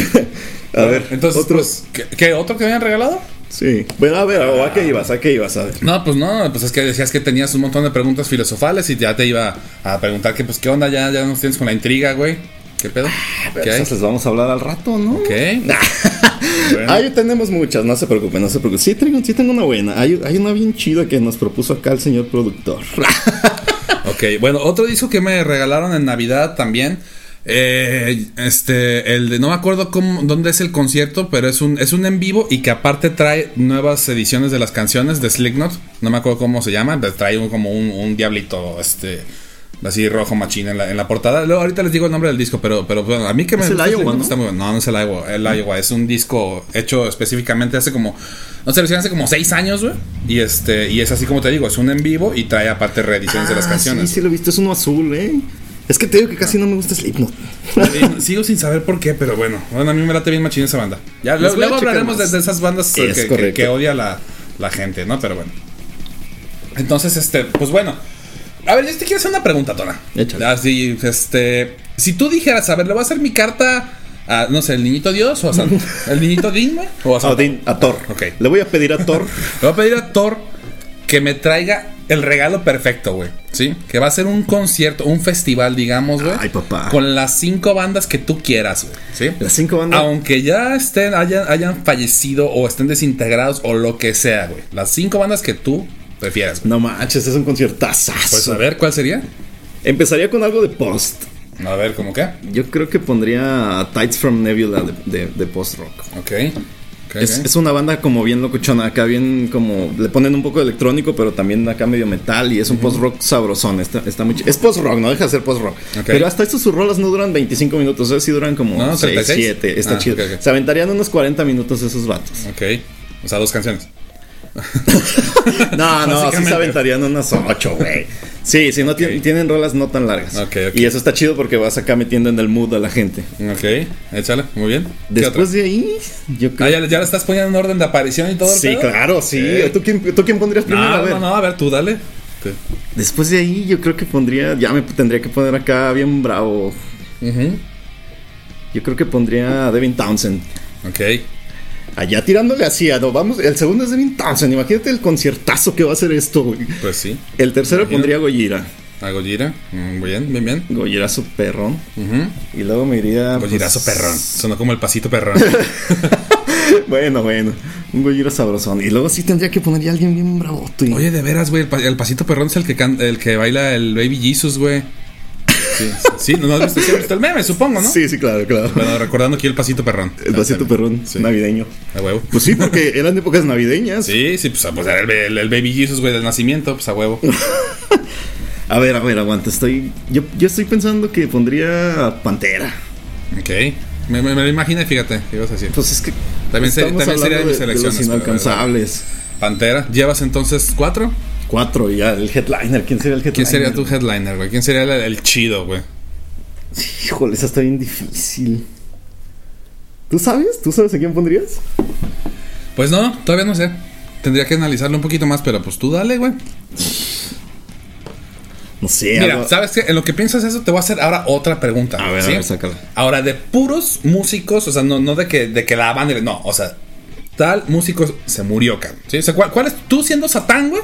[SPEAKER 2] A ver,
[SPEAKER 1] Entonces,
[SPEAKER 2] otro.
[SPEAKER 1] pues, ¿qué, qué otro que me habían regalado?
[SPEAKER 2] Sí. Bueno, a ver, ¿a qué ibas? ¿A qué ibas? A ver.
[SPEAKER 1] No, pues no, pues es que decías que tenías un montón de preguntas filosofales y ya te iba a preguntar que, pues, ¿qué onda? Ya, ya nos tienes con la intriga, güey. ¿Qué pedo? ¿Qué hay?
[SPEAKER 2] Ah, Esas les vamos a hablar al rato, ¿no?
[SPEAKER 1] Ok. Bueno.
[SPEAKER 2] Ahí tenemos muchas, no se preocupen, no se preocupen. Sí tengo, sí tengo una buena. Hay, hay una bien chida que nos propuso acá el señor productor.
[SPEAKER 1] Ok, bueno, otro disco que me regalaron en Navidad también. eh, este, el de no me acuerdo cómo, dónde es el concierto, pero es un, es un en vivo y que aparte trae nuevas ediciones de las canciones de Slipknot. No me acuerdo cómo se llama, pero trae un- como un, un diablito, este, así rojo machín en la, en la portada. Luego, ahorita les digo el nombre del disco, pero, pero bueno, a mí que me
[SPEAKER 2] ¿Es el
[SPEAKER 1] gusta
[SPEAKER 2] Iowa,
[SPEAKER 1] Slipknot
[SPEAKER 2] no?
[SPEAKER 1] está muy bueno. No, no es el Iowa, el Iowa es un disco hecho específicamente hace como, no sé, lo hicieron hace como seis años, güey. Y este, y es así como te digo, es un en vivo y trae aparte reediciones de las
[SPEAKER 2] Ah,
[SPEAKER 1] canciones.
[SPEAKER 2] Sí, sí lo he visto, es uno azul, ¿eh? Es que te digo que casi no me gusta Slipknot.
[SPEAKER 1] Eh, Sigo sin saber por qué, pero bueno. Bueno, a mí me late bien machín esa banda. Ya,
[SPEAKER 2] Les
[SPEAKER 1] luego,
[SPEAKER 2] voy a
[SPEAKER 1] luego
[SPEAKER 2] checar
[SPEAKER 1] hablaremos de,
[SPEAKER 2] más.
[SPEAKER 1] de esas bandas eh,
[SPEAKER 2] Es
[SPEAKER 1] que, que,
[SPEAKER 2] correcto.
[SPEAKER 1] que odia la, la gente, ¿no? Pero bueno. Entonces, este, pues bueno. A ver, yo te quiero hacer una pregunta, Tona.
[SPEAKER 2] Échale.
[SPEAKER 1] Así, este. Si tú dijeras, a ver, le voy a hacer mi carta a, no sé, el niñito Dios o a San- el niñito Dinme o a San-
[SPEAKER 2] Odín, a Thor.
[SPEAKER 1] Ok.
[SPEAKER 2] Le voy a pedir a Thor.
[SPEAKER 1] Le voy a pedir a Thor que me traiga el regalo perfecto, güey. ¿Sí? Que va a ser un concierto, un festival, digamos, güey.
[SPEAKER 2] Ay, papá.
[SPEAKER 1] Con las cinco bandas que tú quieras, güey. ¿Sí?
[SPEAKER 2] Las cinco bandas.
[SPEAKER 1] Aunque ya estén, hayan, hayan fallecido o estén desintegrados o lo que sea, güey. Las cinco bandas que tú prefieras, güey.
[SPEAKER 2] No manches, es un conciertazo.
[SPEAKER 1] Pues a ver, ¿cuál sería?
[SPEAKER 2] Empezaría con algo de post.
[SPEAKER 1] A ver, ¿cómo qué?
[SPEAKER 2] Yo creo que pondría Tights from Nebula de, de- de post rock.
[SPEAKER 1] Ok. Ok,
[SPEAKER 2] Es,
[SPEAKER 1] ok.
[SPEAKER 2] es una banda como bien locuchona, acá bien como le ponen un poco de electrónico, pero también acá medio metal y es un post rock sabrosón. Está, está muy ch- es post rock, no deja de ser post rock.
[SPEAKER 1] Ok.
[SPEAKER 2] Pero hasta estos sus rolas no duran 25 minutos, o sea, sí duran como
[SPEAKER 1] No,
[SPEAKER 2] 6,
[SPEAKER 1] 36.
[SPEAKER 2] 7. Está
[SPEAKER 1] Ah,
[SPEAKER 2] chido.
[SPEAKER 1] ok, ok.
[SPEAKER 2] Se aventarían unos 40 minutos esos vatos.
[SPEAKER 1] Ok. O sea, dos canciones.
[SPEAKER 2] No, no, sí
[SPEAKER 1] Básicamente.
[SPEAKER 2] se aventarían unas 8, güey. Sí, sí, no tienen- tienen rolas no tan largas.
[SPEAKER 1] Ok, ok.
[SPEAKER 2] Y eso está chido porque vas acá metiendo en el mood a la gente.
[SPEAKER 1] Ok. Échale. Muy bien. ¿Qué
[SPEAKER 2] Después de ahí, yo
[SPEAKER 1] otra? Ah,
[SPEAKER 2] creo.
[SPEAKER 1] ya, ya le estás poniendo en orden de aparición y todo el
[SPEAKER 2] sí,
[SPEAKER 1] pedo?
[SPEAKER 2] claro, sí.
[SPEAKER 1] Ok.
[SPEAKER 2] ¿Tú, quién, tú quién pondrías primero? a
[SPEAKER 1] No,
[SPEAKER 2] ver.
[SPEAKER 1] no, no, a ver, tú dale. Te-
[SPEAKER 2] Después de ahí, yo creo que pondría. Ya me tendría que poner acá bien bravo. Yo creo que pondría a Devin Townsend.
[SPEAKER 1] Ok.
[SPEAKER 2] Allá tirándole así a no, vamos. El segundo es Devin Townsend. Imagínate el conciertazo que va a ser esto, güey.
[SPEAKER 1] Pues sí.
[SPEAKER 2] El tercero
[SPEAKER 1] Imagino.
[SPEAKER 2] pondría a Gojira.
[SPEAKER 1] A Gojira. Mm, bien, bien, bien.
[SPEAKER 2] Gojira su perrón.
[SPEAKER 1] Ujú.
[SPEAKER 2] Y luego me iría. pues,
[SPEAKER 1] Gojirazo perrón. Sonó como el pasito perrón.
[SPEAKER 2] Bueno, bueno. Un Gojira sabrosón. Y luego sí tendría que poner a alguien bien bravo,
[SPEAKER 1] Oye, de veras, güey. El, pa- el pasito perrón es el que, can- el que baila el Baby Jesus, güey. Sí, sí, sí, no, no has visto, sí has visto el meme, supongo, ¿no?
[SPEAKER 2] Sí, sí, claro, claro.
[SPEAKER 1] Bueno, recordando aquí el pasito perrón.
[SPEAKER 2] El vasito perrón
[SPEAKER 1] Sí.
[SPEAKER 2] navideño.
[SPEAKER 1] A huevo.
[SPEAKER 2] Pues sí, porque eran épocas navideñas.
[SPEAKER 1] Sí, sí, pues, ah, pues, era el, el- el Baby Jesus, güey, del nacimiento, pues a huevo.
[SPEAKER 2] A ver, a ver, aguanta. Estoy. Yo, yo estoy pensando que pondría a Pantera.
[SPEAKER 1] Ok. Me, me, me lo imaginé, fíjate, ¿qué ibas a decir?
[SPEAKER 2] Pues es que.
[SPEAKER 1] También se-
[SPEAKER 2] estamos
[SPEAKER 1] también sería de
[SPEAKER 2] hablando
[SPEAKER 1] mis elecciones,
[SPEAKER 2] los
[SPEAKER 1] pero,
[SPEAKER 2] inalcanzables.
[SPEAKER 1] Pantera, ¿llevas entonces cuatro?
[SPEAKER 2] Cuatro, ya, el headliner. ¿Quién sería el headliner?
[SPEAKER 1] ¿Quién sería tu headliner, güey? ¿Quién sería el, el chido, güey?
[SPEAKER 2] Híjole, esa está bien difícil. ¿Tú sabes? ¿Tú sabes a quién pondrías?
[SPEAKER 1] Pues no, todavía no sé. Tendría que analizarlo un poquito más, pero pues tú dale, güey.
[SPEAKER 2] No sé.
[SPEAKER 1] Mira,
[SPEAKER 2] algo-
[SPEAKER 1] ¿sabes qué? En lo que piensas eso, te voy a hacer ahora otra pregunta.
[SPEAKER 2] A ver, a
[SPEAKER 1] ¿sí?
[SPEAKER 2] ver, sácala.
[SPEAKER 1] Ahora, de puros músicos, o sea, no, no de, que, de que la banda... No, o sea, tal músico se murió, cabrón. ¿sí? O sea, ¿cuál, cuál es? Tú siendo Satán, güey,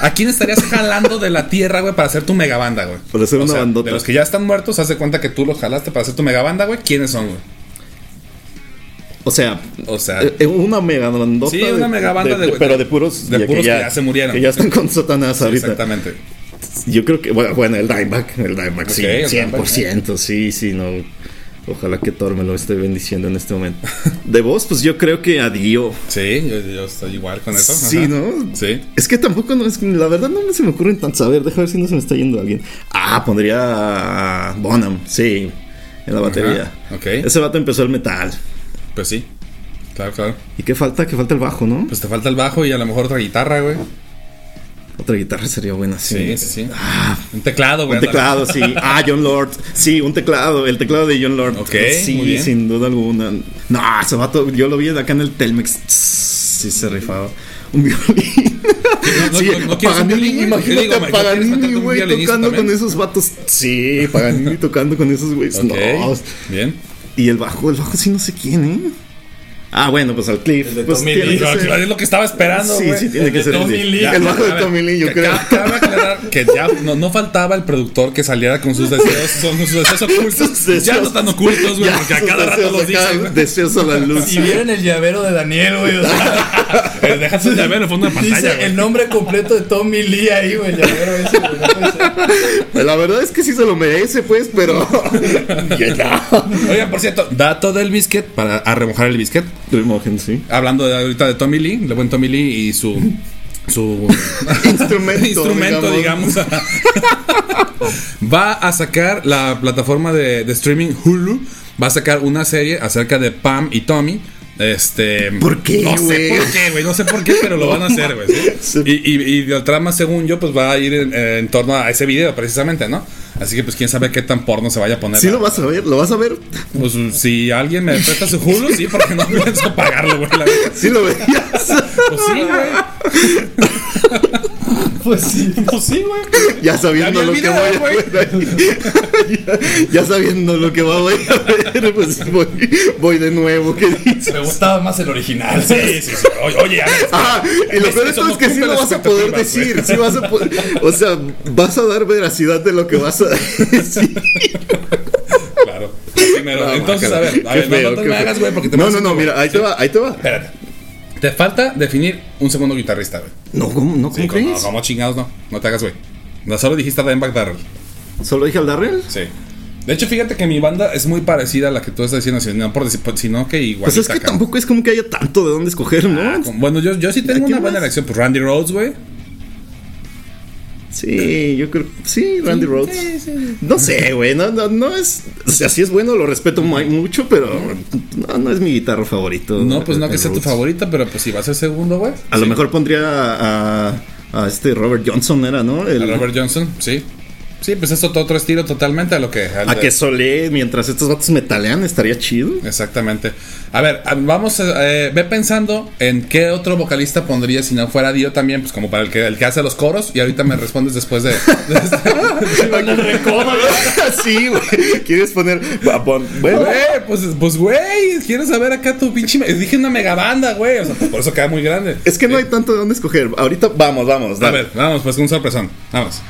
[SPEAKER 1] ¿a quién estarías jalando de la tierra, güey, para hacer tu megabanda, güey?
[SPEAKER 2] Para hacer
[SPEAKER 1] O
[SPEAKER 2] una
[SPEAKER 1] sea,
[SPEAKER 2] bandota.
[SPEAKER 1] De los que ya están muertos, haz de cuenta que tú los jalaste para hacer tu megabanda, güey. ¿Quiénes son, güey?
[SPEAKER 2] O sea,
[SPEAKER 1] O sea...
[SPEAKER 2] eh, una mega bandota.
[SPEAKER 1] Sí, una megabanda de-
[SPEAKER 2] Pero de puros.
[SPEAKER 1] de puros
[SPEAKER 2] que, ya,
[SPEAKER 1] que ya se murieron.
[SPEAKER 2] Que ya están con Satanás
[SPEAKER 1] sí,
[SPEAKER 2] ahorita.
[SPEAKER 1] exactamente.
[SPEAKER 2] Yo creo que, bueno, bueno, el Dimebag, el Dimebag, sí,
[SPEAKER 1] Ok, el
[SPEAKER 2] 100%, sí, sí, no. Ojalá que Thor me lo esté bendiciendo en este momento. De vos, pues yo creo que a Dio.
[SPEAKER 1] Sí, yo, yo estoy igual con eso.
[SPEAKER 2] Sí,
[SPEAKER 1] ajá.
[SPEAKER 2] ¿no?
[SPEAKER 1] Sí.
[SPEAKER 2] Es que tampoco, no, es que la verdad no me- se me ocurren tantos. A ver, deja ver si no se me está yendo alguien. Ah, pondría a Bonham, sí, en la batería.
[SPEAKER 1] Ajá, ok.
[SPEAKER 2] Ese vato empezó el metal.
[SPEAKER 1] Pues sí. Claro, claro.
[SPEAKER 2] ¿Y qué falta? Que falta el bajo, ¿no?
[SPEAKER 1] Pues te falta el bajo y a lo mejor otra guitarra, güey.
[SPEAKER 2] Otra guitarra sería buena,
[SPEAKER 1] Sí,
[SPEAKER 2] sí. Ah,
[SPEAKER 1] sí, sí. un teclado, güey.
[SPEAKER 2] Un teclado, sí. Ah, John Lord. Sí, un teclado. El teclado de John Lord.
[SPEAKER 1] Ok,
[SPEAKER 2] Sí,
[SPEAKER 1] muy bien.
[SPEAKER 2] sin duda alguna. No, ese vato, yo lo vi acá en el Telmex. Sí, se rifaba. Un violín.
[SPEAKER 1] no,
[SPEAKER 2] sí,
[SPEAKER 1] no, no quieres un
[SPEAKER 2] Paganini,
[SPEAKER 1] violín, güey. Yo
[SPEAKER 2] imagínate
[SPEAKER 1] digo,
[SPEAKER 2] a
[SPEAKER 1] ¿no quieres meterte
[SPEAKER 2] Paganini,
[SPEAKER 1] un
[SPEAKER 2] güey,
[SPEAKER 1] violinista
[SPEAKER 2] tocando
[SPEAKER 1] también?
[SPEAKER 2] con esos vatos. Sí, Paganini tocando con esos güeyes.
[SPEAKER 1] Ok,
[SPEAKER 2] No.
[SPEAKER 1] Bien.
[SPEAKER 2] Y el bajo, el bajo sí no sé quién, ¿eh? Ah, bueno, pues al Cliff.
[SPEAKER 3] El de
[SPEAKER 2] pues
[SPEAKER 3] Tommy
[SPEAKER 2] tiene
[SPEAKER 3] Lee,
[SPEAKER 2] que
[SPEAKER 3] ¿no?
[SPEAKER 2] ser-
[SPEAKER 1] Es lo que estaba esperando,
[SPEAKER 2] Sí,
[SPEAKER 1] güey.
[SPEAKER 2] sí, tiene
[SPEAKER 3] El
[SPEAKER 2] que
[SPEAKER 3] de
[SPEAKER 2] ser el
[SPEAKER 3] Tommy
[SPEAKER 2] de-
[SPEAKER 3] Lee.
[SPEAKER 2] El bajo de
[SPEAKER 1] A ver,
[SPEAKER 2] Tommy Lee, yo
[SPEAKER 1] ca-
[SPEAKER 2] creo.
[SPEAKER 1] ca- Cabe aclarar que ya no, no faltaba el productor que saliera con sus deseos, con sus deseos ocultos.
[SPEAKER 2] Deseos-
[SPEAKER 1] ya no están ocultos, güey,
[SPEAKER 2] Ya,
[SPEAKER 1] porque a
[SPEAKER 2] sus
[SPEAKER 1] cada rato
[SPEAKER 2] deseos
[SPEAKER 1] los
[SPEAKER 2] a cada-
[SPEAKER 1] dicen, güey.
[SPEAKER 2] Deseos a la luz.
[SPEAKER 3] Si vieran el llavero de Daniel, güey. o sea,
[SPEAKER 1] Eh, Déjate de ver en el fondo de pantalla,
[SPEAKER 3] dice
[SPEAKER 1] güey.
[SPEAKER 3] el nombre completo de Tommy Lee ahí, güey. El llavero ese, güey. no puede ser.
[SPEAKER 2] Pues La verdad es que sí se lo merece, pues, pero. Ya, ya.
[SPEAKER 1] Oigan, por cierto, dato del biscuit para a remojar el biscuit.
[SPEAKER 2] Remojen, sí.
[SPEAKER 1] Hablando de, ahorita de Tommy Lee, el buen Tommy Lee y su. Su
[SPEAKER 2] Instrumento.
[SPEAKER 1] instrumento, digamos. va a sacar la plataforma de, de streaming Hulu. Va a sacar una serie acerca de Pam y Tommy. Este.
[SPEAKER 2] ¿Por qué,
[SPEAKER 1] No sé
[SPEAKER 2] güey?
[SPEAKER 1] por qué, güey. No sé por qué, pero lo van a hacer, güey. ¿sí?
[SPEAKER 2] Sí.
[SPEAKER 1] Y, y, y la trama, según yo, pues va a ir en, eh, en torno a ese video, precisamente, ¿no? Así que, pues, quién sabe qué tan porno se vaya a poner.
[SPEAKER 2] Sí
[SPEAKER 1] la-
[SPEAKER 2] lo vas a ver, lo vas a ver.
[SPEAKER 1] Pues, si alguien me presta su Hulu, sí, porque no pienso pagarlo, güey. la neta.
[SPEAKER 2] Sí lo veías.
[SPEAKER 1] Pues sí, güey.
[SPEAKER 3] Pues sí.
[SPEAKER 1] Pues sí, güey.
[SPEAKER 2] Ya sabiendo
[SPEAKER 1] Ya
[SPEAKER 2] lo
[SPEAKER 1] vi
[SPEAKER 2] que
[SPEAKER 1] el
[SPEAKER 2] voy a
[SPEAKER 1] video,
[SPEAKER 2] ver. Ya sabiendo lo que voy a ver, pues voy, voy de nuevo. ¿Qué dices?
[SPEAKER 3] Me gustaba más el original.
[SPEAKER 1] Sí, sí, sí. Oye, oye, a ver,
[SPEAKER 2] Ah, y lo
[SPEAKER 1] Es-
[SPEAKER 2] peor de
[SPEAKER 1] eso
[SPEAKER 2] todo
[SPEAKER 1] no
[SPEAKER 2] es que sí
[SPEAKER 1] cumple
[SPEAKER 2] lo
[SPEAKER 1] las
[SPEAKER 2] vas a poder
[SPEAKER 1] expectativas, güey.
[SPEAKER 2] decir. Sí vas a poder, o sea, vas a dar veracidad de lo que vas a decir.
[SPEAKER 1] Claro. Primero, Ah, entonces, a ver, a
[SPEAKER 2] Qué
[SPEAKER 1] ver, no,
[SPEAKER 2] feo,
[SPEAKER 1] no te
[SPEAKER 2] qué
[SPEAKER 1] me
[SPEAKER 2] feo.
[SPEAKER 1] hagas, güey, porque te
[SPEAKER 2] No,
[SPEAKER 1] vas a-
[SPEAKER 2] no, no, mira, ahí te va, ahí te va.
[SPEAKER 1] Espérate. Te falta definir un segundo guitarrista, güey.
[SPEAKER 2] No, ¿cómo, no, ¿cómo
[SPEAKER 1] Sí, como,
[SPEAKER 2] crees?
[SPEAKER 1] como chingados, no. No te hagas, güey. No solo dijiste a Dimebag Darrell.
[SPEAKER 2] ¿Solo dije al Darrell?
[SPEAKER 1] Sí. De hecho, fíjate que mi banda es muy parecida a la que tú estás diciendo, si no por decir- por- sino que igual.
[SPEAKER 2] Pues es que tampoco es como que haya tanto de dónde escoger, ¿no?
[SPEAKER 1] Bueno, yo, yo sí tengo
[SPEAKER 2] quién
[SPEAKER 1] una buena
[SPEAKER 2] más?
[SPEAKER 1] elección. Pues Randy Rhodes, güey.
[SPEAKER 2] Sí, yo creo. Sí, Randy Rhodes. No sé, güey. No, no, no es. O sea, sí es bueno, lo respeto muy- mucho, pero no, no es mi guitarra favorito.
[SPEAKER 1] No, pues no que sea tu
[SPEAKER 2] Ah, Rhodes.
[SPEAKER 1] favorita, pero pues si va a ser segundo, güey.
[SPEAKER 2] A lo mejor pondría a, a- a este Robert Johnson, era, ¿no? El-
[SPEAKER 1] A Robert Johnson, sí. Sí, pues es otro otro estilo totalmente a lo que. al-
[SPEAKER 2] a que solé mientras estos vatos metalean, estaría chido.
[SPEAKER 1] Exactamente. A ver, a- vamos, eh, ve pensando en qué otro vocalista pondría si no fuera Dio también, pues como para el que, el que hace los coros y ahorita me respondes después de... de este-
[SPEAKER 2] sí, güey. ¿Quieres poner. Va, pon- Bueno,
[SPEAKER 1] Güey, pues, pues güey, quieres saber acá tu pinche... me- Dije una megabanda, güey, o sea, pues, por eso queda muy grande.
[SPEAKER 2] es que no hay tanto de dónde escoger. Ahorita vamos, vamos.
[SPEAKER 1] A
[SPEAKER 2] dale.
[SPEAKER 1] ver, vamos, pues un sorpresón, vamos.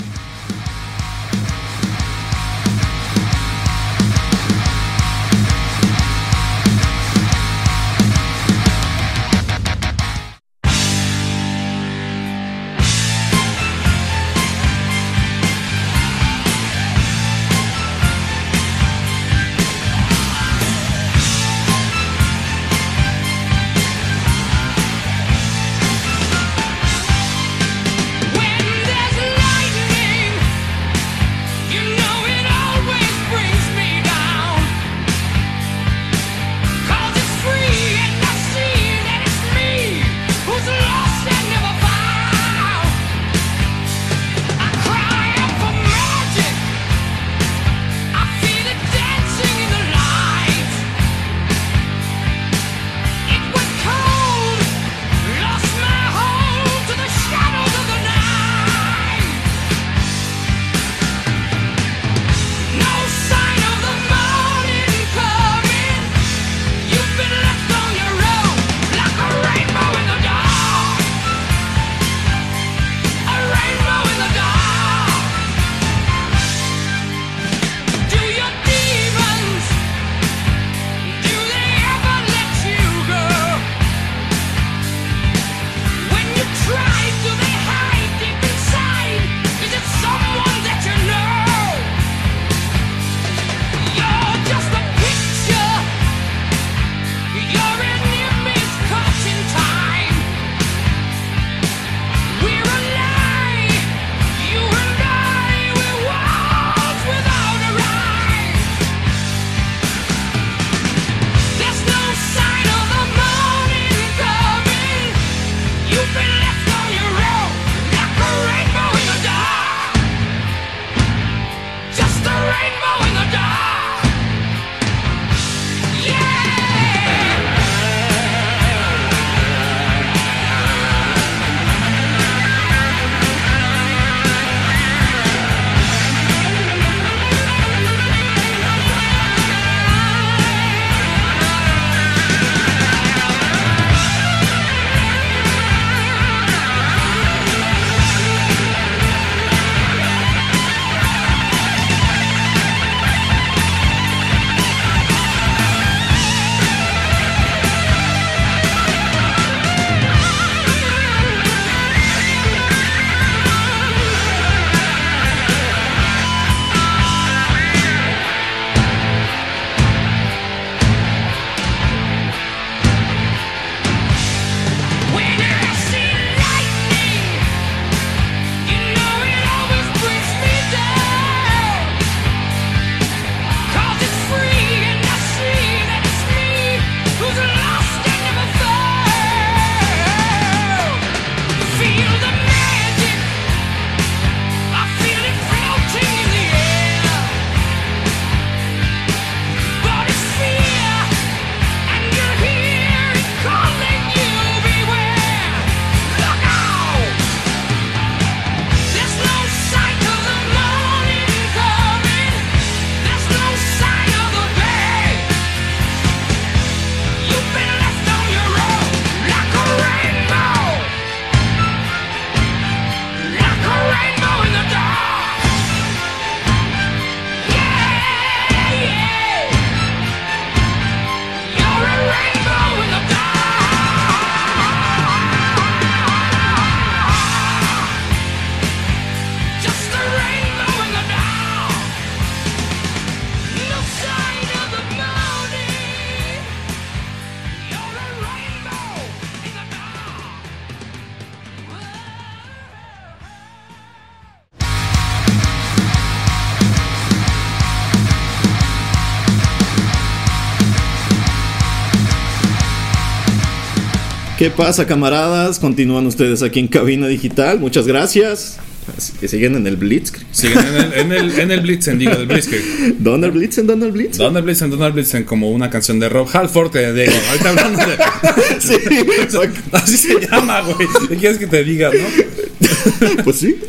[SPEAKER 2] ¿Qué pasa, camaradas? Continúan ustedes aquí en Cabina Digital. Muchas gracias. Así que siguen en el Blitzkrieg.
[SPEAKER 1] Siguen en el, en el, en el Blitzen, digo, del Blitzkrieg.
[SPEAKER 2] Donner Blitzen, Donner Blitz.
[SPEAKER 1] Donald Blitzen, Donald Blitzen, como una canción de Rob Halford, te digo, ahorita hablando de...
[SPEAKER 2] Sí, exacto.
[SPEAKER 1] Así se llama, güey. ¿Qué quieres que te diga, no?
[SPEAKER 2] pues sí.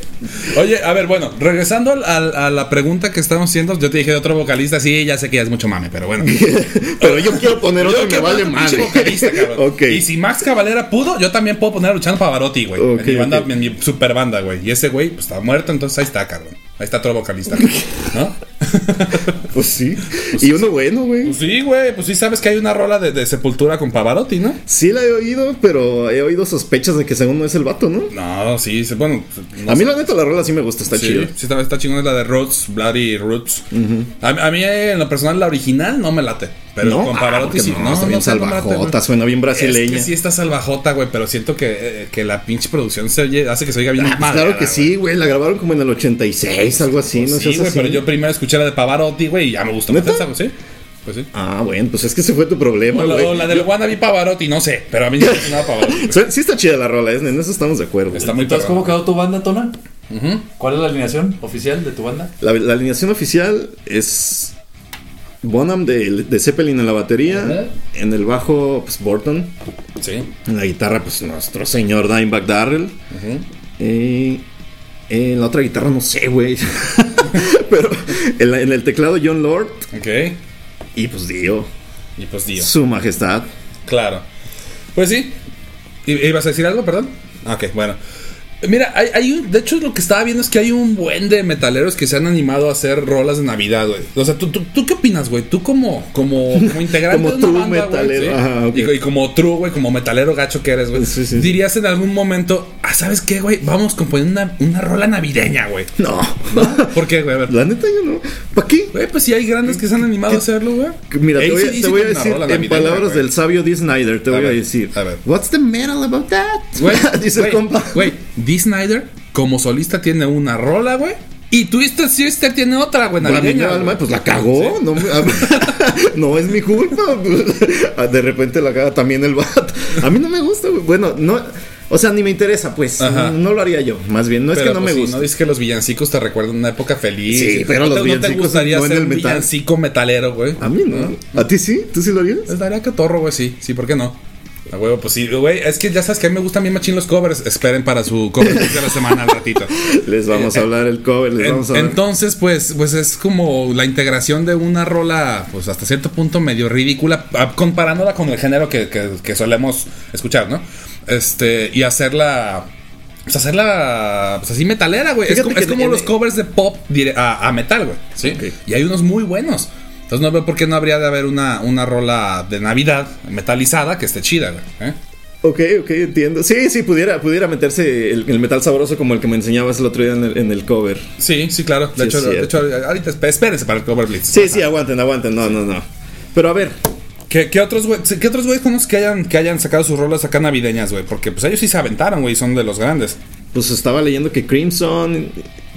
[SPEAKER 1] Oye, a ver, bueno, regresando al- al- a la pregunta que estamos haciendo, yo te dije de otro vocalista, sí, ya sé que ya es mucho mame, pero bueno.
[SPEAKER 2] Pero yo quiero poner otro
[SPEAKER 1] Yo
[SPEAKER 2] que
[SPEAKER 1] quiero
[SPEAKER 2] vale
[SPEAKER 1] otro pinche
[SPEAKER 2] madre.
[SPEAKER 1] vocalista, cabrón.
[SPEAKER 2] Ok.
[SPEAKER 1] Y si Max Cavalera pudo, yo también puedo poner a Luciano Pavarotti, güey.
[SPEAKER 2] Ok,
[SPEAKER 1] en mi banda,
[SPEAKER 2] ok.
[SPEAKER 1] en mi super banda, güey. Y ese güey, pues está muerto, entonces ahí está, cabrón. Ahí está otro vocalista, ¿no?
[SPEAKER 2] Pues sí. y uno bueno, güey.
[SPEAKER 1] Pues sí, güey, pues sí sabes que hay una rola de, de sepultura con Pavarotti, ¿no?
[SPEAKER 2] Sí la he oído, pero he oído sospechas de que según no es el vato, ¿no?
[SPEAKER 1] No, sí, se- bueno. no
[SPEAKER 2] a mí
[SPEAKER 1] sé.
[SPEAKER 2] la neta la rola sí me gusta, está
[SPEAKER 1] sí,
[SPEAKER 2] chido.
[SPEAKER 1] Sí, está, está chingón, es la de Roots, Bloody Roots. a, a mí, eh, en lo personal, la original no me late. Pero
[SPEAKER 2] no,
[SPEAKER 1] con
[SPEAKER 2] Ah,
[SPEAKER 1] Pavarotti
[SPEAKER 2] porque
[SPEAKER 1] sí.
[SPEAKER 2] no, está bien
[SPEAKER 1] sé, me late, güey.
[SPEAKER 2] salvajota, suena bien
[SPEAKER 1] Es
[SPEAKER 2] brasileña.
[SPEAKER 1] que sí está salvajota, güey, pero siento que, eh, que la pinche producción se oye, hace que se oiga bien
[SPEAKER 2] Ah, pues
[SPEAKER 1] mal.
[SPEAKER 2] claro que sí, güey. La grabaron como en el 86, algo así, no
[SPEAKER 1] Pues sí,
[SPEAKER 2] seas
[SPEAKER 1] güey,
[SPEAKER 2] así.
[SPEAKER 1] pero yo primero escuché la de Pavarotti, güey, y ya me gustó más
[SPEAKER 2] ¿Neta?
[SPEAKER 1] esa, güey, sí. Pues sí.
[SPEAKER 2] Ah, bueno, pues es que ese fue tu problema,
[SPEAKER 1] O la,
[SPEAKER 2] güey.
[SPEAKER 1] o la del Wannabe Pavarotti, no sé, pero a mí no me sonaba Pavarotti.
[SPEAKER 2] Su- Sí está chida la rola, es- en eso estamos de acuerdo.
[SPEAKER 1] Está muy
[SPEAKER 3] Entonces,
[SPEAKER 1] perrón.
[SPEAKER 3] ¿cómo quedó tu banda, Tona? ¿Cuál es la alineación oficial de tu banda?
[SPEAKER 2] La, la alineación oficial es Bonham de, de Zeppelin en la batería, en el bajo pues, Burton,
[SPEAKER 1] Sí.
[SPEAKER 2] en la guitarra pues nuestro señor Dimebag Darrell, Eh, en la otra guitarra no sé, güey, pero en, la- en el teclado John Lord
[SPEAKER 1] Ok.
[SPEAKER 2] y pues Dio,
[SPEAKER 1] Y pues Dio.
[SPEAKER 2] su majestad.
[SPEAKER 1] Claro. Pues sí. ¿I- ¿Ibas a decir algo, perdón? Ok, bueno. Mira, hay, hay un, de hecho lo que estaba viendo es que hay un buen de metaleros que se han animado a hacer rolas de Navidad, güey. O sea, ¿tú, tú, tú qué opinas, güey? Tú como, como, como integrante
[SPEAKER 2] Como
[SPEAKER 1] de una
[SPEAKER 2] true
[SPEAKER 1] banda, güey,
[SPEAKER 2] metalero,
[SPEAKER 1] ¿sí?
[SPEAKER 2] ajá, ok.
[SPEAKER 1] y, y como true, güey, como metalero gacho que eres, güey.
[SPEAKER 2] Sí, sí, sí.
[SPEAKER 1] Dirías en algún momento, ah, ¿sabes qué, güey? Vamos a componer una, una rola navideña, güey.
[SPEAKER 2] No,
[SPEAKER 1] ¿Por qué, güey? A ver.
[SPEAKER 2] la neta yo no. ¿Para qué?
[SPEAKER 1] Güey, pues sí hay grandes que se han animado a hacerlo, güey.
[SPEAKER 2] Mira, te voy, a-
[SPEAKER 1] AC/DC
[SPEAKER 2] te voy a
[SPEAKER 1] tiene una
[SPEAKER 2] decir
[SPEAKER 1] rola
[SPEAKER 2] en
[SPEAKER 1] navideña,
[SPEAKER 2] palabras
[SPEAKER 1] güey.
[SPEAKER 2] del sabio Dee Snyder, te
[SPEAKER 1] A
[SPEAKER 2] voy a
[SPEAKER 1] ver,
[SPEAKER 2] decir.
[SPEAKER 1] a ver.
[SPEAKER 2] What's the metal about that?
[SPEAKER 1] Güey,
[SPEAKER 2] Dice el
[SPEAKER 1] güey,
[SPEAKER 2] compa.
[SPEAKER 1] Güey, Dee Snyder como solista tiene una rola, güey. Y Twisted Sister tiene otra, güey,
[SPEAKER 2] Bueno, a mí
[SPEAKER 1] navideña.
[SPEAKER 2] me vale
[SPEAKER 1] güey.
[SPEAKER 2] madre, pues la cagó. No, me- a- no es mi culpa. pues. De repente la caga también el bat. A mí no me gusta, güey. Bueno, no. O sea, ni me interesa, pues.
[SPEAKER 1] Ajá.
[SPEAKER 2] No lo haría yo. Más bien, no es
[SPEAKER 1] Pero,
[SPEAKER 2] que no
[SPEAKER 1] pues,
[SPEAKER 2] me
[SPEAKER 1] sí,
[SPEAKER 2] gusta.
[SPEAKER 1] No dices que los villancicos te recuerdan una época feliz.
[SPEAKER 2] Sí,
[SPEAKER 1] ¿No
[SPEAKER 2] pero
[SPEAKER 1] te-
[SPEAKER 2] los
[SPEAKER 1] ¿No te
[SPEAKER 2] villancicos
[SPEAKER 1] gustaría
[SPEAKER 2] no en
[SPEAKER 1] ser
[SPEAKER 2] el
[SPEAKER 1] un
[SPEAKER 2] metal. Ah.
[SPEAKER 1] villancico metalero, güey?
[SPEAKER 2] A mí no. ¿A ti sí? ¿Tú sí lo harías?
[SPEAKER 1] Les daría catorro, güey, sí. Sí, ¿por qué no? A huevo, pues sí, güey. Es que ya sabes que a mí me gustan bien machín los covers. Esperen para su cover de la semana al ratito.
[SPEAKER 2] Les vamos a hablar el cover. Les
[SPEAKER 1] Eh, En-
[SPEAKER 2] vamos a hablar.
[SPEAKER 1] entonces, pues, pues es como la integración de una rola, pues hasta cierto punto medio ridícula, a- comparándola con el género que, que- que solemos escuchar, ¿no? Este, y hacerla. Pues hacerla. Pues así metalera, güey. Es,
[SPEAKER 2] Fíjate
[SPEAKER 1] como-
[SPEAKER 2] que
[SPEAKER 1] es como
[SPEAKER 2] en-
[SPEAKER 1] los covers de pop dire- a, a metal, güey. Sí. Y hay unos muy buenos. Entonces no veo por qué no habría de haber una, una rola de Navidad metalizada que esté chida, güey. ¿eh?
[SPEAKER 2] Ok, ok, entiendo. Sí, sí, pudiera, pudiera meterse el, el metal sabroso como el que me enseñabas el otro día en el, en el cover.
[SPEAKER 1] Sí, sí, claro. De,
[SPEAKER 2] Sí,
[SPEAKER 1] hecho,
[SPEAKER 2] es
[SPEAKER 1] de hecho,
[SPEAKER 2] cierto.
[SPEAKER 1] ahorita esp- espérense para el cover blitz.
[SPEAKER 2] Sí, sí, aguanten, aguanten. No, no, no. Pero a ver,
[SPEAKER 1] ¿Qué, qué otros güey- qué otros güeyes conoces que hayan, que hayan sacado sus rolas acá navideñas, güey? Porque pues ellos sí se aventaron, güey, son de los grandes.
[SPEAKER 2] pues estaba leyendo que Crimson,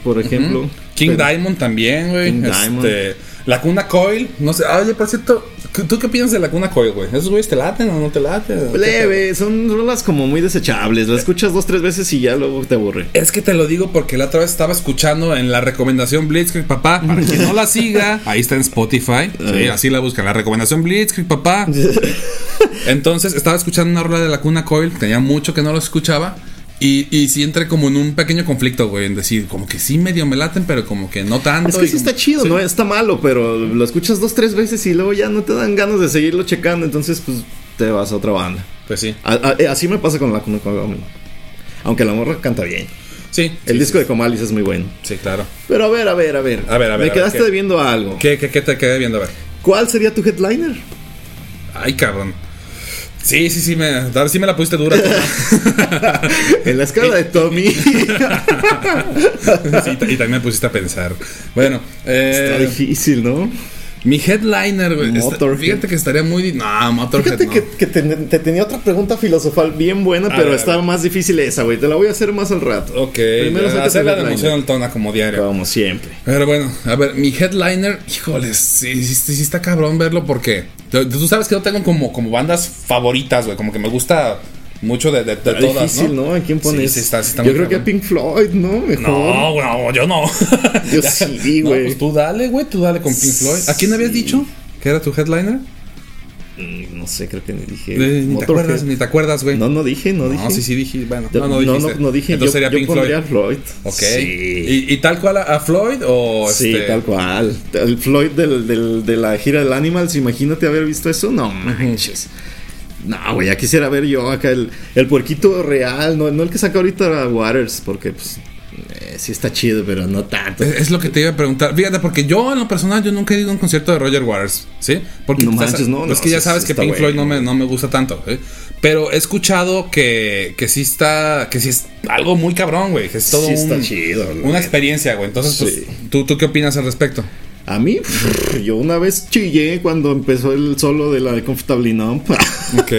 [SPEAKER 2] por ejemplo.
[SPEAKER 1] King
[SPEAKER 2] pero-
[SPEAKER 1] Diamond también, güey.
[SPEAKER 2] King Diamond.
[SPEAKER 1] Este, la Cuna Coil, no sé. ah, Oye, por cierto, ¿qué- ¿tú qué opinas de la Cuna Coil, güey? ¿Esos güeyes te laten o no te laten?
[SPEAKER 2] Leve, son rolas como muy desechables. Las escuchas dos, tres veces y ya luego te aburre.
[SPEAKER 1] Es que te lo digo porque la otra vez estaba escuchando en la recomendación Blitzkrieg Papá. Para quien no la siga, ahí está en Spotify. Sí, así la buscan. La recomendación Blitzkrieg Papá. Entonces estaba escuchando una rola de la cuna Coil. Tenía mucho que no lo escuchaba. Y, y sí entré como en un pequeño conflicto, güey. En decir, como que sí medio me laten, pero como que no tanto.
[SPEAKER 2] Es que
[SPEAKER 1] y
[SPEAKER 2] sí
[SPEAKER 1] como-
[SPEAKER 2] está chido, no está malo, pero lo escuchas dos, tres veces y luego ya no te dan ganas de seguirlo checando. Entonces, pues te vas a otra banda.
[SPEAKER 1] Pues sí.
[SPEAKER 2] A- a- eh, así me pasa con la con- con- Aunque la morra canta bien.
[SPEAKER 1] Sí.
[SPEAKER 2] El
[SPEAKER 1] sí,
[SPEAKER 2] disco de Comalis es muy bueno.
[SPEAKER 1] Sí, claro.
[SPEAKER 2] Pero a ver, a ver, a ver.
[SPEAKER 1] A ver, a ver, a
[SPEAKER 2] Me
[SPEAKER 1] ver,
[SPEAKER 2] quedaste
[SPEAKER 1] ¿qué?
[SPEAKER 2] debiendo algo.
[SPEAKER 1] ¿Qué, qué, qué te quedé viendo? A ver.
[SPEAKER 2] ¿Cuál sería tu headliner?
[SPEAKER 1] Ay, cabrón. Sí, sí, sí. Me, ahora sí me la pusiste dura.
[SPEAKER 2] En la escala
[SPEAKER 1] Eh,
[SPEAKER 2] de Tommy.
[SPEAKER 1] Sí, y también me pusiste a pensar. Bueno,
[SPEAKER 2] Está
[SPEAKER 1] eh,
[SPEAKER 2] difícil, ¿no?
[SPEAKER 1] mi headliner, güey. está-
[SPEAKER 2] Motorhead.
[SPEAKER 1] Fíjate que estaría muy. di- No, Motorhead.
[SPEAKER 2] Fíjate
[SPEAKER 1] no.
[SPEAKER 2] que, que te, te tenía otra pregunta filosofal bien buena,
[SPEAKER 1] A
[SPEAKER 2] pero
[SPEAKER 1] ver, a
[SPEAKER 2] estaba
[SPEAKER 1] ver.
[SPEAKER 2] más difícil esa, güey. Te la voy a hacer más al rato.
[SPEAKER 1] Ok, Primero
[SPEAKER 2] saca tu
[SPEAKER 1] hacer la de
[SPEAKER 2] headliner.
[SPEAKER 1] emoción al tona como diario.
[SPEAKER 2] Como siempre.
[SPEAKER 1] Pero bueno, a ver, mi headliner, híjoles, sí, sí, sí, sí está cabrón verlo porque tú tú sabes que no tengo como, como bandas favoritas, güey, como que me gusta mucho de, de, de
[SPEAKER 2] Está
[SPEAKER 1] todas,
[SPEAKER 2] difícil,
[SPEAKER 1] ¿no?
[SPEAKER 2] ¿no? ¿A quién pones?
[SPEAKER 1] Sí, sí, está- sí está
[SPEAKER 2] Yo
[SPEAKER 1] muy
[SPEAKER 2] creo que a
[SPEAKER 1] cabrón.
[SPEAKER 2] Pink Floyd, ¿no? Mejor.
[SPEAKER 1] No, güey, no, yo no.
[SPEAKER 2] Yo
[SPEAKER 1] Ya.
[SPEAKER 2] sí,
[SPEAKER 1] No,
[SPEAKER 2] güey.
[SPEAKER 1] pues tú dale, güey, tú dale con Pink Floyd. ¿A quién habías
[SPEAKER 2] Sí.
[SPEAKER 1] dicho que era tu headliner?
[SPEAKER 2] Mm, No sé, creo que ni dije.
[SPEAKER 1] Eh, ni te
[SPEAKER 2] Motorhead.
[SPEAKER 1] acuerdas, ni te acuerdas, güey.
[SPEAKER 2] No, no dije, no dije.
[SPEAKER 1] No, sí, sí dije. Bueno,
[SPEAKER 2] Yo-
[SPEAKER 1] no, no, dijiste.
[SPEAKER 2] no, no dije.
[SPEAKER 1] Entonces
[SPEAKER 2] yo,
[SPEAKER 1] sería
[SPEAKER 2] yo
[SPEAKER 1] Pink Floyd.
[SPEAKER 2] pondría a Floyd.
[SPEAKER 1] Ok.
[SPEAKER 2] Sí.
[SPEAKER 1] ¿Y, y tal cual a, a Floyd o
[SPEAKER 2] Sí,
[SPEAKER 1] este?
[SPEAKER 2] tal cual. El Floyd del, del- de la gira del Animals, imagínate haber visto eso. No manches. No, güey, ya quisiera ver yo acá el, el puerquito real, no, no el que saca ahorita Waters, porque pues eh, sí está chido, pero no tanto.
[SPEAKER 1] Es es lo que te iba a preguntar. Fíjate, porque yo en lo personal yo nunca he ido a un concierto de Roger Waters, ¿sí? Porque
[SPEAKER 2] No
[SPEAKER 1] o sea,
[SPEAKER 2] manches, no,
[SPEAKER 1] es
[SPEAKER 2] no,
[SPEAKER 1] que ya
[SPEAKER 2] sí,
[SPEAKER 1] sabes
[SPEAKER 2] sí
[SPEAKER 1] que
[SPEAKER 2] está
[SPEAKER 1] Pink Floyd no me,
[SPEAKER 2] bueno.
[SPEAKER 1] no me gusta tanto, ¿sí? Pero he escuchado que, que sí está, que sí es algo muy cabrón, güey. Que es todo
[SPEAKER 2] Sí está
[SPEAKER 1] un-
[SPEAKER 2] chido, la
[SPEAKER 1] una
[SPEAKER 2] neta.
[SPEAKER 1] experiencia, güey. Entonces, pues,
[SPEAKER 2] Sí.
[SPEAKER 1] ¿tú, ¿tú qué opinas al respecto?
[SPEAKER 2] A mí, pff, yo una vez chillé cuando empezó el solo de la de Comfortably Numb.
[SPEAKER 1] Ok.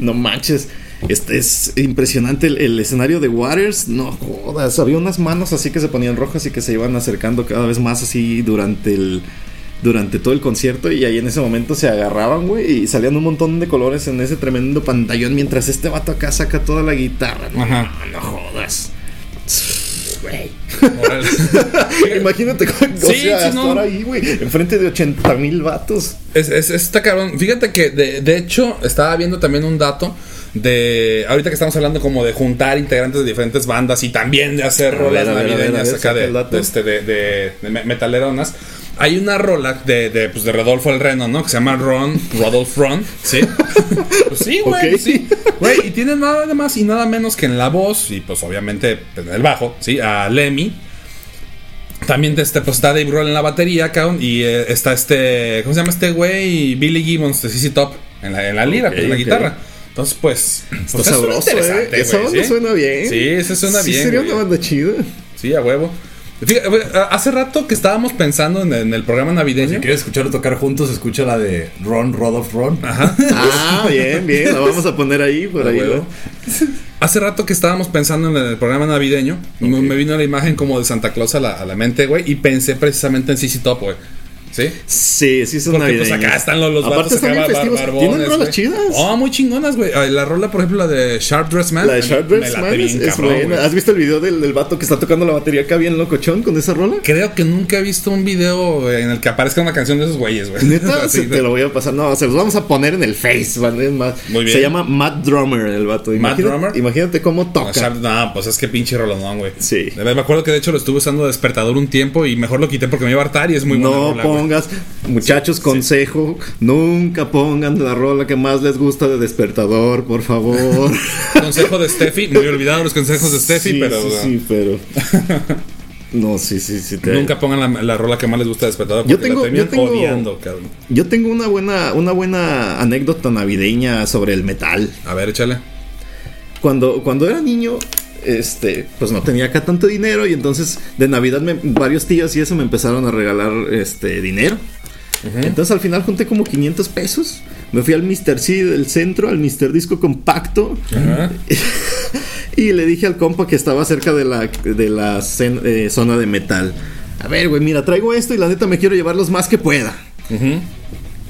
[SPEAKER 2] no manches. Este es impresionante el, el escenario de Waters. No jodas. Había unas manos así que se ponían rojas y que se iban acercando cada vez más así durante el. Durante todo el concierto y ahí en ese momento se agarraban, güey, y salían un montón de colores en ese tremendo pantallón mientras este vato acá saca toda la guitarra. No,
[SPEAKER 1] Ajá.
[SPEAKER 2] no jodas. Güey.
[SPEAKER 1] Órale.
[SPEAKER 2] Imagínate cómo o
[SPEAKER 1] Sí,
[SPEAKER 2] sea,
[SPEAKER 1] sí, no.
[SPEAKER 2] estar ahí, güey, enfrente de 80 mil vatos.
[SPEAKER 1] Es, es- está cabrón. Fíjate que de, de hecho estaba viendo también un dato de ahorita que estamos hablando como de juntar integrantes de diferentes bandas y también de hacer
[SPEAKER 2] A ver,
[SPEAKER 1] rolas
[SPEAKER 2] a ver, a ver, a
[SPEAKER 1] navideñas
[SPEAKER 2] ver,
[SPEAKER 1] acá
[SPEAKER 2] saca
[SPEAKER 1] de,
[SPEAKER 2] el dato.
[SPEAKER 1] de este de, de- de me- metaleronas. Hay una rola de, de, pues, de Rodolfo el Reno, ¿no? Que se llama Ron, Rodolf Ron, ¿sí? Pues sí, güey,
[SPEAKER 2] Ok.
[SPEAKER 1] sí. Güey, y tiene nada más y nada menos que en la voz, y pues obviamente en el bajo, ¿sí? A Lemmy, también este, pues, está Dave Grohl en la batería, cabrón. Y eh, está este. ¿Cómo se llama este güey? Billy Gibbons de CC Top en la, en la lira,
[SPEAKER 2] Ok,
[SPEAKER 1] pues, en la
[SPEAKER 2] ok.
[SPEAKER 1] guitarra. Entonces, pues.
[SPEAKER 2] Está sabroso, ¿eh? Esa onda suena bien.
[SPEAKER 1] Sí, esa suena
[SPEAKER 2] Sí,
[SPEAKER 1] bien.
[SPEAKER 2] sería
[SPEAKER 1] güey.
[SPEAKER 2] una banda chida.
[SPEAKER 1] Sí, a huevo. Fíjate, güey, a- hace rato que estábamos pensando en, en el programa
[SPEAKER 3] Si
[SPEAKER 1] navideño.
[SPEAKER 2] Pues,
[SPEAKER 3] quieres escucharlo tocar juntos, escucha la de Ron Rodolph Ron.
[SPEAKER 2] Ah, bien, bien. La vamos a poner ahí, por
[SPEAKER 1] A
[SPEAKER 2] ahí.
[SPEAKER 1] Ah, huevo.
[SPEAKER 2] ¿no?
[SPEAKER 1] Hace rato que estábamos pensando en el programa navideño, me- me vino la imagen como de Santa Claus a la, a la mente, güey, y pensé precisamente en CC Top, güey. ¿Sí?
[SPEAKER 2] Sí, sí, son
[SPEAKER 1] Porque pues
[SPEAKER 2] navideñas.
[SPEAKER 1] acá están los, los vatos
[SPEAKER 2] Aparte están
[SPEAKER 1] acá
[SPEAKER 2] bien
[SPEAKER 1] bar-
[SPEAKER 2] festivos.
[SPEAKER 1] barbones,
[SPEAKER 2] Tienen rolas
[SPEAKER 1] güey.
[SPEAKER 2] chidas.
[SPEAKER 1] Oh, muy chingonas, güey. Ay, La rola, por ejemplo, la de Sharp Dress Man.
[SPEAKER 2] La de
[SPEAKER 1] me-
[SPEAKER 2] Sharp
[SPEAKER 1] me
[SPEAKER 2] Dress
[SPEAKER 1] late
[SPEAKER 2] Man es,
[SPEAKER 1] bien
[SPEAKER 2] es
[SPEAKER 1] cabrón,
[SPEAKER 2] buena.
[SPEAKER 1] güey.
[SPEAKER 2] ¿Has visto el video del, del vato que está tocando la batería acá bien locochón con esa rola?
[SPEAKER 1] Creo que nunca he visto un video en el que aparezca una canción de esos güeyes, güey.
[SPEAKER 2] Neta,
[SPEAKER 1] Así
[SPEAKER 2] se- te
[SPEAKER 1] de-
[SPEAKER 2] lo voy a pasar. No, se los vamos a poner en el Face. ¿vale? Es más,
[SPEAKER 1] Muy bien.
[SPEAKER 2] Se llama Matt Drummer el vato.
[SPEAKER 1] Matt
[SPEAKER 2] Imagínate,
[SPEAKER 1] Drummer.
[SPEAKER 2] Imagínate cómo
[SPEAKER 1] No,
[SPEAKER 2] toca.
[SPEAKER 1] Sharp- no, pues es que pinche rolonón, güey.
[SPEAKER 2] Sí.
[SPEAKER 1] De verdad, Me acuerdo que de hecho lo estuve usando de despertador un tiempo y mejor lo quité porque me iba a hartar y es muy buena
[SPEAKER 2] No
[SPEAKER 1] rola, güey.
[SPEAKER 2] pongas, muchachos, consejo, nunca pongan la rola que más les gusta de despertador, por favor.
[SPEAKER 1] Consejo de Steffi, muy olvidado los consejos de Steffi,
[SPEAKER 2] sí,
[SPEAKER 1] pero
[SPEAKER 2] sí,
[SPEAKER 1] no,
[SPEAKER 2] sí, pero no, sí, sí, sí. te-
[SPEAKER 1] nunca pongan la, la rola que más les gusta de despertador porque
[SPEAKER 2] Yo tengo-
[SPEAKER 1] la
[SPEAKER 2] yo
[SPEAKER 1] terminan
[SPEAKER 2] tengo-
[SPEAKER 1] odiando, cabrón.
[SPEAKER 2] Yo tengo una buena, una buena anécdota navideña sobre el metal.
[SPEAKER 1] A ver, échale.
[SPEAKER 2] Cuando, cuando era niño, este, pues no tenía acá tanto dinero y entonces de Navidad me- varios tíos y eso me empezaron a regalar, este, dinero. Entonces al final junté como 500 pesos. Me fui al Mr. C del centro, al Mr. Disco Compacto.
[SPEAKER 1] Ajá.
[SPEAKER 2] y le dije al compa que estaba cerca de la, de la cen- eh, zona de metal. A ver, güey, mira, traigo esto y la neta me quiero llevar los más que pueda.
[SPEAKER 1] Ujú.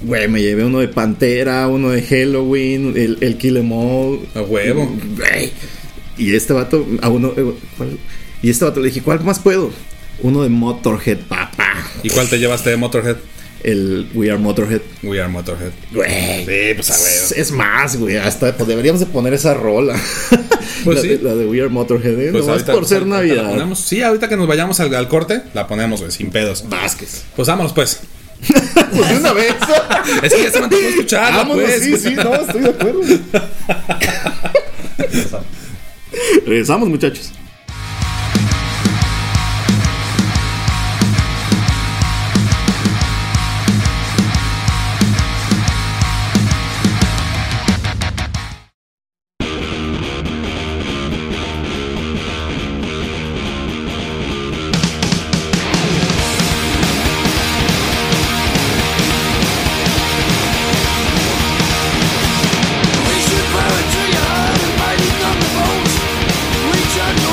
[SPEAKER 2] Güey, me llevé uno de Pantera, uno de Halloween, el, el Kill Em All.
[SPEAKER 1] A huevo.
[SPEAKER 2] Güey. Y este vato, a uno, eh, ¿cuál? y este vato le dije, ¿cuál más puedo? Uno de Motorhead, papá.
[SPEAKER 1] ¿Y cuál te llevaste de Motorhead?
[SPEAKER 2] El We Are Motorhead.
[SPEAKER 1] We are Motorhead.
[SPEAKER 2] Güey.
[SPEAKER 1] Sí, pues a
[SPEAKER 2] Es,
[SPEAKER 1] ver.
[SPEAKER 2] es más, güey, hasta pues, deberíamos de poner esa rola.
[SPEAKER 1] Pues
[SPEAKER 2] la,
[SPEAKER 1] sí.
[SPEAKER 2] de, la de We Are Motorhead, ¿eh? nomás
[SPEAKER 1] Pues ahorita-
[SPEAKER 2] por ser
[SPEAKER 1] ahorita la
[SPEAKER 2] Navidad.
[SPEAKER 1] ponemos. Sí, ahorita que nos vayamos al, al corte, la ponemos, güey, sin pedos.
[SPEAKER 2] Vázquez.
[SPEAKER 1] Pues vámonos, pues.
[SPEAKER 2] Pues de una vez.
[SPEAKER 1] Es que ya se me antojó escucharla,
[SPEAKER 2] Vámonos,
[SPEAKER 1] pues.
[SPEAKER 2] sí, sí, no, estoy de acuerdo. Regresamos, muchachos.
[SPEAKER 5] We should burn a tree hard and burn it on the bones. We should go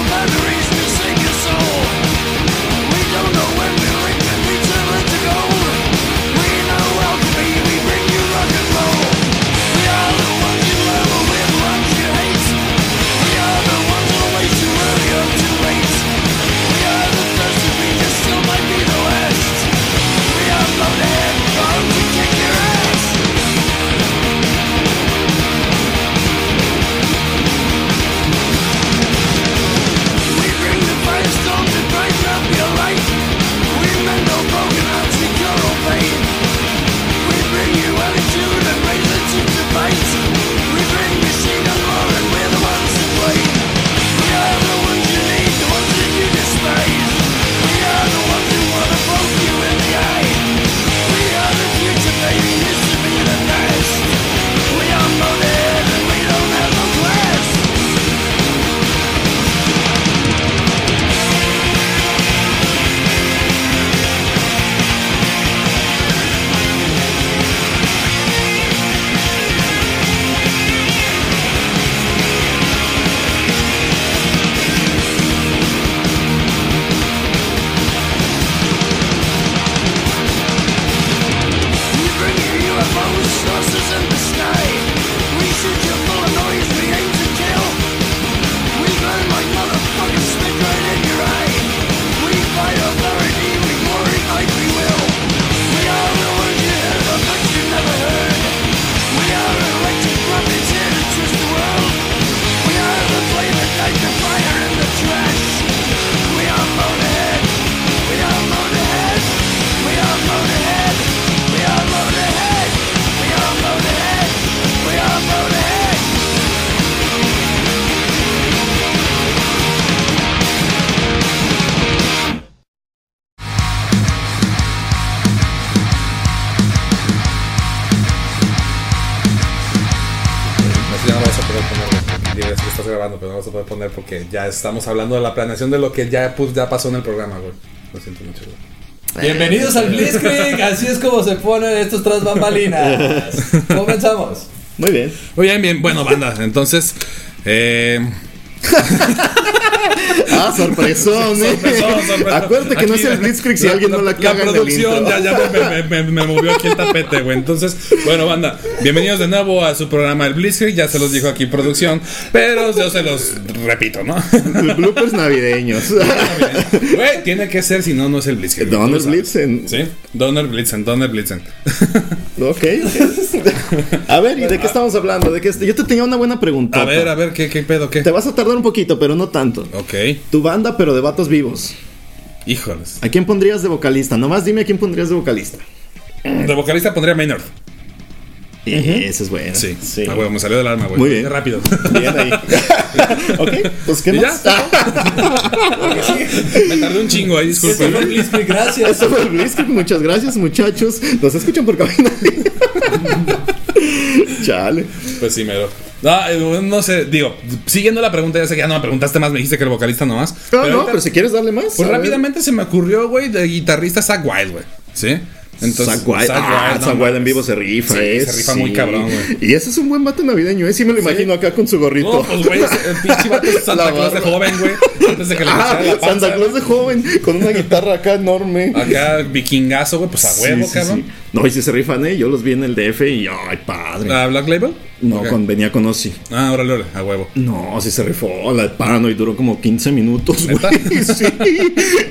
[SPEAKER 6] Class. You bring your UFOs, saucers in the sky. Research you're full of noise, we aim to kill. We burn like motherfuckers, spit right in your eye. We fight authority, we glorify free will. We are the ones you ever but you never heard. We are electric puppets here to twist the world. We are the flame that lights the fire in the trash. We are Motorhead. We are Motorhead. We are Motorhead. We are Motorhead. We are Motorhead. We are Motorhead.
[SPEAKER 1] Eso ya no vas a poder ponerlo. Digo, es que estás grabando, pero no vas a poder poner porque ya estamos hablando de la planeación de lo que ya, pues, ya pasó en el programa, güey. Lo siento mucho, güey.
[SPEAKER 3] Bienvenidos al Blitzkrieg, así es como se ponen estos tras bambalinas. Comenzamos.
[SPEAKER 2] Muy bien.
[SPEAKER 1] Muy bien, bien. Bueno, banda, entonces. Eh,
[SPEAKER 2] Ah, sorpresón, eh.
[SPEAKER 1] Sorpresón, sorpresón.
[SPEAKER 2] Acuérdate que no
[SPEAKER 1] Aquí
[SPEAKER 2] es el Blitzkrieg si alguien no la caga en el
[SPEAKER 1] producción
[SPEAKER 2] intro.
[SPEAKER 1] ya, ya me, me- me- me movió aquí el tapete, güey. Entonces, bueno, banda, bienvenidos de nuevo a su programa El Blitzkrieg. Ya se los dijo aquí producción, pero yo se los repito, ¿no?
[SPEAKER 2] Bloopers navideños.
[SPEAKER 1] Güey, tiene que ser, si no, no es el Blitzkrieg. güey,
[SPEAKER 2] Donner
[SPEAKER 1] tú lo sabes.
[SPEAKER 2] Blitzen.
[SPEAKER 1] Sí, Donner Blitzen, Donner Blitzen.
[SPEAKER 2] Ok. A ver, ¿y de qué estamos hablando? ¿De qué est- Yo te tenía una buena pregunta.
[SPEAKER 1] A ver, a ver, ¿qué, qué pedo, qué?
[SPEAKER 2] Te vas a tardar un poquito, pero no tanto.
[SPEAKER 1] Ok,
[SPEAKER 2] Tu banda, pero de vatos vivos.
[SPEAKER 1] híjoles.
[SPEAKER 2] ¿A quién pondrías de vocalista? Nomás dime a quién pondrías de vocalista.
[SPEAKER 1] De vocalista pondría Maynard.
[SPEAKER 2] Eso es bueno.
[SPEAKER 1] Sí, sí. Ah, güey, me salió del alma, güey.
[SPEAKER 2] Muy bien.
[SPEAKER 1] Rápido.
[SPEAKER 2] Bien ahí. ok, pues qué
[SPEAKER 1] ¿Y ya?
[SPEAKER 2] más.
[SPEAKER 1] Me tardé un chingo ahí,
[SPEAKER 3] Este
[SPEAKER 1] disculpen.
[SPEAKER 3] fue el Blitzkrieg, gracias.
[SPEAKER 2] Eso fue el Blitzkrieg. Muchas gracias, muchachos. Nos escuchan por cabina. Chale.
[SPEAKER 1] Pues sí, mero. No, eh, no sé, digo, siguiendo la pregunta, ya sé que ya no me preguntaste más, me dijiste que el vocalista nomás.
[SPEAKER 2] No,
[SPEAKER 1] Pero
[SPEAKER 2] no,
[SPEAKER 1] ahorita-
[SPEAKER 2] pero si quieres darle más.
[SPEAKER 1] Pues
[SPEAKER 2] a ver.
[SPEAKER 1] rápidamente se me ocurrió, güey, de guitarrista Zach Wild, güey. ¿Sí?
[SPEAKER 2] Zack Wild.
[SPEAKER 1] Zach
[SPEAKER 2] Ah,
[SPEAKER 1] Wild, no
[SPEAKER 2] Zack Wild en
[SPEAKER 1] mames.
[SPEAKER 2] vivo se rifa,
[SPEAKER 1] Sí,
[SPEAKER 2] eh,
[SPEAKER 1] se rifa muy
[SPEAKER 2] sí.
[SPEAKER 1] cabrón, güey.
[SPEAKER 2] Y ese es un buen vato navideño, ¿eh? Sí me lo imagino acá con su gorrito.
[SPEAKER 1] No, pues, güey, ese- el pinche vato es Santa
[SPEAKER 2] La
[SPEAKER 1] Claus de
[SPEAKER 2] barba.
[SPEAKER 1] joven, güey. Antes de que le
[SPEAKER 2] Ah,
[SPEAKER 1] naciera la panza.
[SPEAKER 2] Santa Claus de joven, con una guitarra acá enorme.
[SPEAKER 1] Acá, vikingazo, güey, pues a
[SPEAKER 2] Sí,
[SPEAKER 1] huevo,
[SPEAKER 2] sí,
[SPEAKER 1] cabrón.
[SPEAKER 2] sí. No, y si se rifan, ¿eh? Yo los vi en el DF y, ay, padre.
[SPEAKER 1] ¿A Black Label?
[SPEAKER 2] no,
[SPEAKER 1] Ah, Ok.
[SPEAKER 2] con, venía con Ozzy.
[SPEAKER 1] Ah, órale, órale, a huevo.
[SPEAKER 2] No, sí se rifó la de Paranoid, duró como 15 minutos, güey. Sí.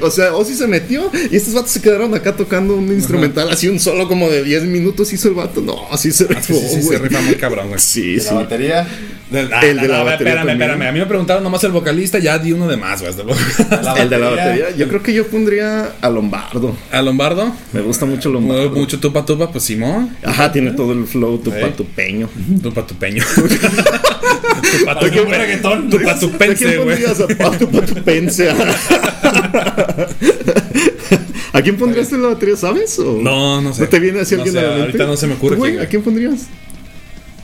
[SPEAKER 2] O sea, Ozzy se metió y estos vatos se quedaron acá tocando un instrumental así, un solo como de 10 minutos hizo el vato. No, sí se
[SPEAKER 1] Ah, Sí,
[SPEAKER 2] rifó,
[SPEAKER 1] sí, sí, se
[SPEAKER 2] Oh, güey.
[SPEAKER 1] rifa muy cabrón, güey.
[SPEAKER 2] Sí, sí.
[SPEAKER 3] La batería.
[SPEAKER 1] Del- ah,
[SPEAKER 2] El de
[SPEAKER 1] no,
[SPEAKER 2] la
[SPEAKER 1] no,
[SPEAKER 2] batería
[SPEAKER 1] Espérame,
[SPEAKER 2] también.
[SPEAKER 1] espérame. A mí me preguntaron nomás el vocalista, ya di uno de más, güey. hasta luego.
[SPEAKER 2] El de la batería. Yo creo que yo pondría a Lombardo.
[SPEAKER 1] A Lombardo.
[SPEAKER 2] Me gusta mucho
[SPEAKER 1] Mueve
[SPEAKER 2] Lombardo.
[SPEAKER 1] mucho tupa tupa, pues Simón.
[SPEAKER 2] Ajá, tiene todo el flow tupatupeño.
[SPEAKER 1] Tupa tupeño. tupa
[SPEAKER 3] Oye,
[SPEAKER 1] tupeño.
[SPEAKER 3] un reggaetón.
[SPEAKER 1] Tupa tupense,
[SPEAKER 2] ¿A quién
[SPEAKER 1] güey.
[SPEAKER 2] pondrías a, a tupatupense? ¿A quién pondrías en la batería, sabes? o?
[SPEAKER 1] No, no sé.
[SPEAKER 2] ¿No te viene así
[SPEAKER 1] No
[SPEAKER 2] alguien
[SPEAKER 1] sé,
[SPEAKER 2] a la mente?
[SPEAKER 1] Ahorita no se me ocurre.
[SPEAKER 2] ¿Tú, güey,
[SPEAKER 1] quién,
[SPEAKER 2] ¿A quién pondrías?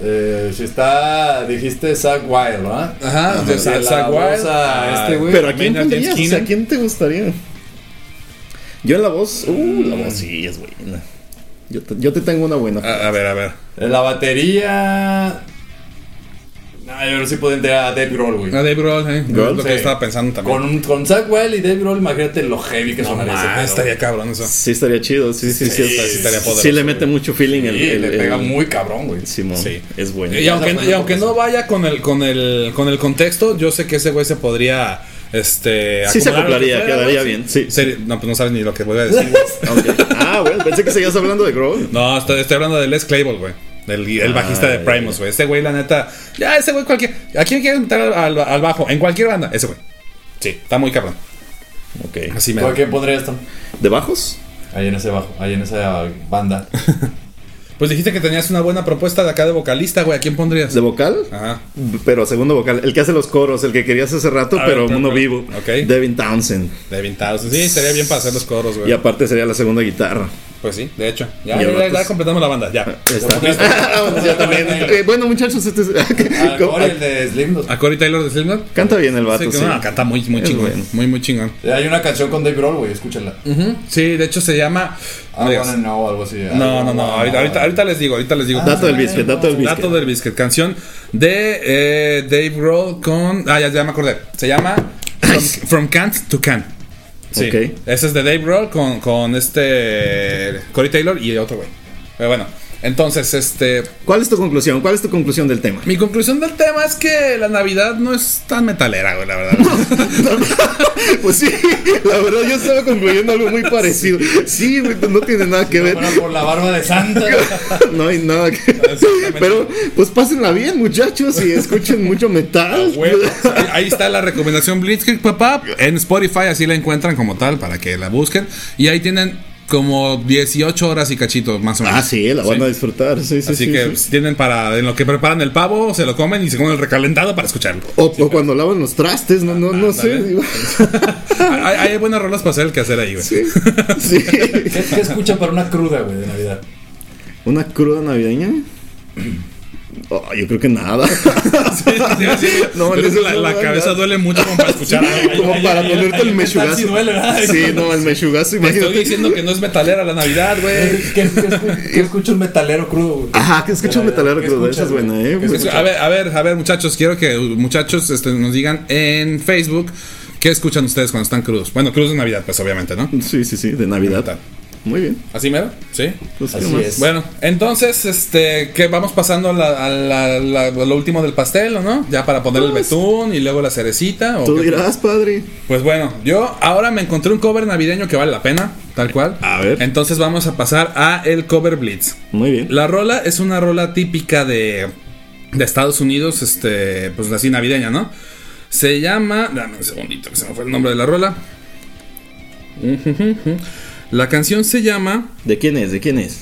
[SPEAKER 3] Eh, si está, dijiste Zack Wild, ¿verdad?
[SPEAKER 1] Ajá, de
[SPEAKER 3] Sí, la
[SPEAKER 1] Zack
[SPEAKER 3] voz
[SPEAKER 1] Wild. Ah,
[SPEAKER 3] a este güey.
[SPEAKER 2] ¿Pero a quién
[SPEAKER 1] Maynard
[SPEAKER 2] pondrías?
[SPEAKER 1] James
[SPEAKER 2] O sea, ¿a
[SPEAKER 1] Keenan.
[SPEAKER 2] quién te gustaría? Yo en la voz. Uh, la voz sí es buena. Yo te, yo te tengo una buena.
[SPEAKER 1] A, a ver, a ver.
[SPEAKER 3] En La batería. No, yo sí podría entrar a Dave Grohl, güey.
[SPEAKER 1] A Dave Grohl, eh.
[SPEAKER 2] Grohl,
[SPEAKER 1] es lo que
[SPEAKER 3] sí.
[SPEAKER 1] yo estaba pensando también.
[SPEAKER 3] Con, con Zack Wild y Dave Grohl, imagínate lo heavy que sonaría ese
[SPEAKER 1] Ah,
[SPEAKER 3] pedo.
[SPEAKER 1] estaría cabrón eso.
[SPEAKER 2] Sí, estaría chido. Sí, sí, sí.
[SPEAKER 1] Sí,
[SPEAKER 2] es-
[SPEAKER 1] sí, estaría
[SPEAKER 2] sí
[SPEAKER 1] poderoso,
[SPEAKER 2] le mete
[SPEAKER 1] güey.
[SPEAKER 2] mucho feeling el,
[SPEAKER 3] Sí,
[SPEAKER 2] el-
[SPEAKER 3] le
[SPEAKER 2] el-
[SPEAKER 3] pega muy cabrón, güey.
[SPEAKER 2] Simón.
[SPEAKER 1] Sí.
[SPEAKER 2] Es bueno.
[SPEAKER 1] Y aunque,
[SPEAKER 3] fue
[SPEAKER 1] y
[SPEAKER 3] una
[SPEAKER 1] aunque no vaya con el, con el con el contexto, yo sé que ese güey se podría este
[SPEAKER 2] Sí se
[SPEAKER 1] acomodar lo que
[SPEAKER 2] acoplaría,
[SPEAKER 1] fuera,
[SPEAKER 2] quedaría
[SPEAKER 1] güey.
[SPEAKER 2] bien, sí.
[SPEAKER 1] Serio, No, pues no sabes ni lo que voy a decir. güey.
[SPEAKER 2] Ok. Ah, bueno, pensé que seguías hablando de Grohl.
[SPEAKER 1] No, estoy, estoy hablando de Les Claypool, güey. Del, el bajista de
[SPEAKER 2] Ah, ya,
[SPEAKER 1] Primus, güey. Ese güey, la neta. Ya, ese güey, cualquier. ¿A quién quiere entrar al, al bajo? En cualquier banda. Ese güey. Sí, está muy cabrón.
[SPEAKER 2] Ok.
[SPEAKER 1] Así me.
[SPEAKER 3] ¿Por qué pondría esto?
[SPEAKER 2] ¿De bajos?
[SPEAKER 3] Ahí en ese bajo, ahí en esa banda.
[SPEAKER 1] Pues dijiste que tenías una buena propuesta de acá de vocalista, güey. ¿A quién pondrías?
[SPEAKER 2] ¿De vocal?
[SPEAKER 1] Ajá.
[SPEAKER 2] Pero segundo vocal, el que hace los coros, el que querías hace rato,
[SPEAKER 1] A ver,
[SPEAKER 2] pero
[SPEAKER 1] pero-
[SPEAKER 2] uno
[SPEAKER 1] pero-
[SPEAKER 2] vivo.
[SPEAKER 1] ok.
[SPEAKER 2] Devin Townsend.
[SPEAKER 1] De Vintados. Sí, estaría bien para hacer los coros,
[SPEAKER 2] Y
[SPEAKER 1] güey.
[SPEAKER 2] aparte sería la segunda guitarra.
[SPEAKER 1] Pues sí, de hecho. Ya,
[SPEAKER 2] Y
[SPEAKER 1] ya,
[SPEAKER 2] ahora,
[SPEAKER 1] ya,
[SPEAKER 2] pues-
[SPEAKER 1] completamos la banda, ya.
[SPEAKER 2] Está. Vamos, ya también.
[SPEAKER 1] Ah,
[SPEAKER 2] Eh, bueno, muchachos, este es-
[SPEAKER 3] Al
[SPEAKER 2] ¿Cómo?
[SPEAKER 3] Ah,
[SPEAKER 2] Ah,
[SPEAKER 3] Corey, el de Slim.
[SPEAKER 1] ¿A Corey Taylor de Slipknot?
[SPEAKER 2] Canta bien el vato,
[SPEAKER 1] ah, Sí, que-
[SPEAKER 2] sí.
[SPEAKER 1] no, canta muy, muy
[SPEAKER 2] Es
[SPEAKER 1] chingón.
[SPEAKER 2] bueno.
[SPEAKER 1] Muy, muy chingón.
[SPEAKER 3] Eh, Hay una canción con Dave Grohl, güey, Ah, escúchenla.
[SPEAKER 1] Sí, de hecho se llama.
[SPEAKER 2] Ah,
[SPEAKER 3] I
[SPEAKER 1] no Mm, digas.
[SPEAKER 3] wanna know, algo así.
[SPEAKER 1] No, no, no. Ahorita, ahorita, ahorita les digo, ahorita les digo.
[SPEAKER 2] Dato del biscuit, dato del biscuit.
[SPEAKER 1] Dato del biscuit. Canción de eh, Dave Grohl con. Ah, ya, ya me acordé. Se llama From, From Kant to Can. Sí.
[SPEAKER 2] Ok.
[SPEAKER 1] Ese es de Dave Grohl con, con este. Corey Taylor y otro güey. Pero bueno. Entonces, este.
[SPEAKER 2] ¿Cuál es tu conclusión? ¿Cuál es tu conclusión del tema?
[SPEAKER 1] Mi conclusión del tema es que la Navidad no es tan metalera, güey, la verdad.
[SPEAKER 2] pues sí, la verdad yo estaba concluyendo algo muy parecido. Sí, güey, pues no tiene nada que ver.
[SPEAKER 3] Bueno, por la barba de Santa.
[SPEAKER 2] No hay nada que Pero pues pásenla bien, muchachos, y escuchen mucho metal.
[SPEAKER 1] Güey, ahí- ahí está la recomendación Blitzkrieg papá. En Spotify así la encuentran como tal para que la busquen. Y ahí tienen como 18 horas y cachitos más o menos.
[SPEAKER 2] Ah, sí, la van a disfrutar. Sí, sí,
[SPEAKER 1] Así
[SPEAKER 2] sí,
[SPEAKER 1] que
[SPEAKER 2] sí.
[SPEAKER 1] pues, tienen para en lo que preparan el pavo, se lo comen y se comen el recalentado para escucharlo.
[SPEAKER 2] O, o cuando lavan los trastes, no, no, no sé.
[SPEAKER 1] Ándale.
[SPEAKER 2] digo.
[SPEAKER 1] hay, hay buenas rolas para hacer el quehacer ahí, güey.
[SPEAKER 2] Sí, sí.
[SPEAKER 3] ¿Qué, qué escuchan para una cruda, güey, de Navidad?
[SPEAKER 2] ¿Una cruda navideña? Oh, yo creo que nada. No,
[SPEAKER 1] No,
[SPEAKER 2] en eso
[SPEAKER 1] la,
[SPEAKER 2] no
[SPEAKER 1] la
[SPEAKER 2] van,
[SPEAKER 1] cabeza
[SPEAKER 2] ¿no?
[SPEAKER 1] duele mucho como para escuchar algo.
[SPEAKER 2] Como para ponerte el
[SPEAKER 3] sí
[SPEAKER 2] mechugazo.
[SPEAKER 3] duele, ¿verdad?
[SPEAKER 2] Sí, no, el mechugazo,
[SPEAKER 1] Te estoy
[SPEAKER 2] imagínate.
[SPEAKER 1] diciendo que no es metalera la Navidad, güey.
[SPEAKER 3] ¿Qué, qué escu- qué escucha un metalero crudo, güey?
[SPEAKER 2] Ajá, que escucha un metalero crudo. Esa es buena, eh.
[SPEAKER 1] Pues, a ver, a ver, a ver, muchachos, quiero que uh, muchachos este, nos digan en Facebook qué escuchan ustedes cuando están crudos. Bueno, crudos de Navidad, pues obviamente, ¿no?
[SPEAKER 2] Sí, sí, sí, de Navidad. Muy bien.
[SPEAKER 1] ¿Así mero? Sí.
[SPEAKER 2] Pues, ¿qué
[SPEAKER 3] Así
[SPEAKER 2] más?
[SPEAKER 3] es.
[SPEAKER 1] Bueno, entonces, este, que vamos pasando a, la- a la- la- a lo último del pastel, ¿o no? Ya para poner el
[SPEAKER 2] Pues-
[SPEAKER 1] betún y luego la cerecita. ¿o
[SPEAKER 2] Tú
[SPEAKER 1] qué?
[SPEAKER 2] dirás, padre.
[SPEAKER 1] Pues bueno, yo ahora me encontré un cover navideño que vale la pena, tal cual.
[SPEAKER 2] A ver.
[SPEAKER 1] Entonces vamos a pasar a el cover Blitz.
[SPEAKER 2] Muy bien.
[SPEAKER 1] La rola es una rola típica de, de Estados Unidos, este, pues así navideña, ¿no? Se llama. Dame un segundito que se me fue el nombre de la rola. La canción se llama.
[SPEAKER 2] ¿De quién es? ¿De quién es?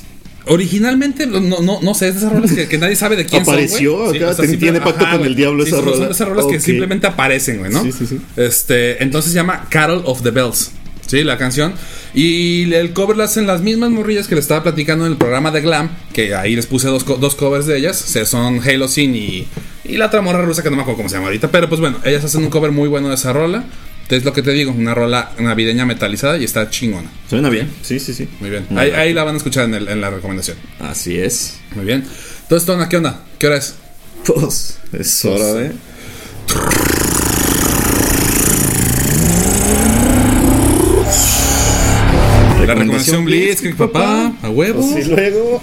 [SPEAKER 1] Originalmente, no, no, no sé, es de esas rolas que, que nadie sabe de quién son, güey.
[SPEAKER 2] Apareció, acá te-
[SPEAKER 1] simple-
[SPEAKER 2] tiene pacto con
[SPEAKER 1] güey.
[SPEAKER 2] el diablo
[SPEAKER 1] Sí,
[SPEAKER 2] esa
[SPEAKER 1] son- son
[SPEAKER 2] rola.
[SPEAKER 1] de esas rolas que
[SPEAKER 2] Ok.
[SPEAKER 1] simplemente aparecen, güey, ¿no?
[SPEAKER 2] Sí, sí, sí.
[SPEAKER 1] Este, entonces se llama Carol of the Bells. Sí, la canción. Y el cover la hacen las mismas morrillas que le estaba platicando en el programa de Glam. Que ahí les puse dos, co- dos covers de ellas. se son Halo Sin y, y la otra morra rusa que no me acuerdo cómo se llama ahorita. Pero pues bueno, ellas hacen un cover muy bueno de esa rola. Es lo que te digo, una rola navideña metalizada y está chingona.
[SPEAKER 2] Suena bien. Sí, sí, sí.
[SPEAKER 1] Muy bien. Ahí, ahí la van a escuchar en, el- en la recomendación.
[SPEAKER 2] Así es.
[SPEAKER 1] Muy bien. Entonces, Tona, ¿qué onda? ¿Qué hora es?
[SPEAKER 2] Pues, es hora de.
[SPEAKER 1] La recomendación Blitzkrieg, papá. A huevo. Ah,
[SPEAKER 2] Y luego.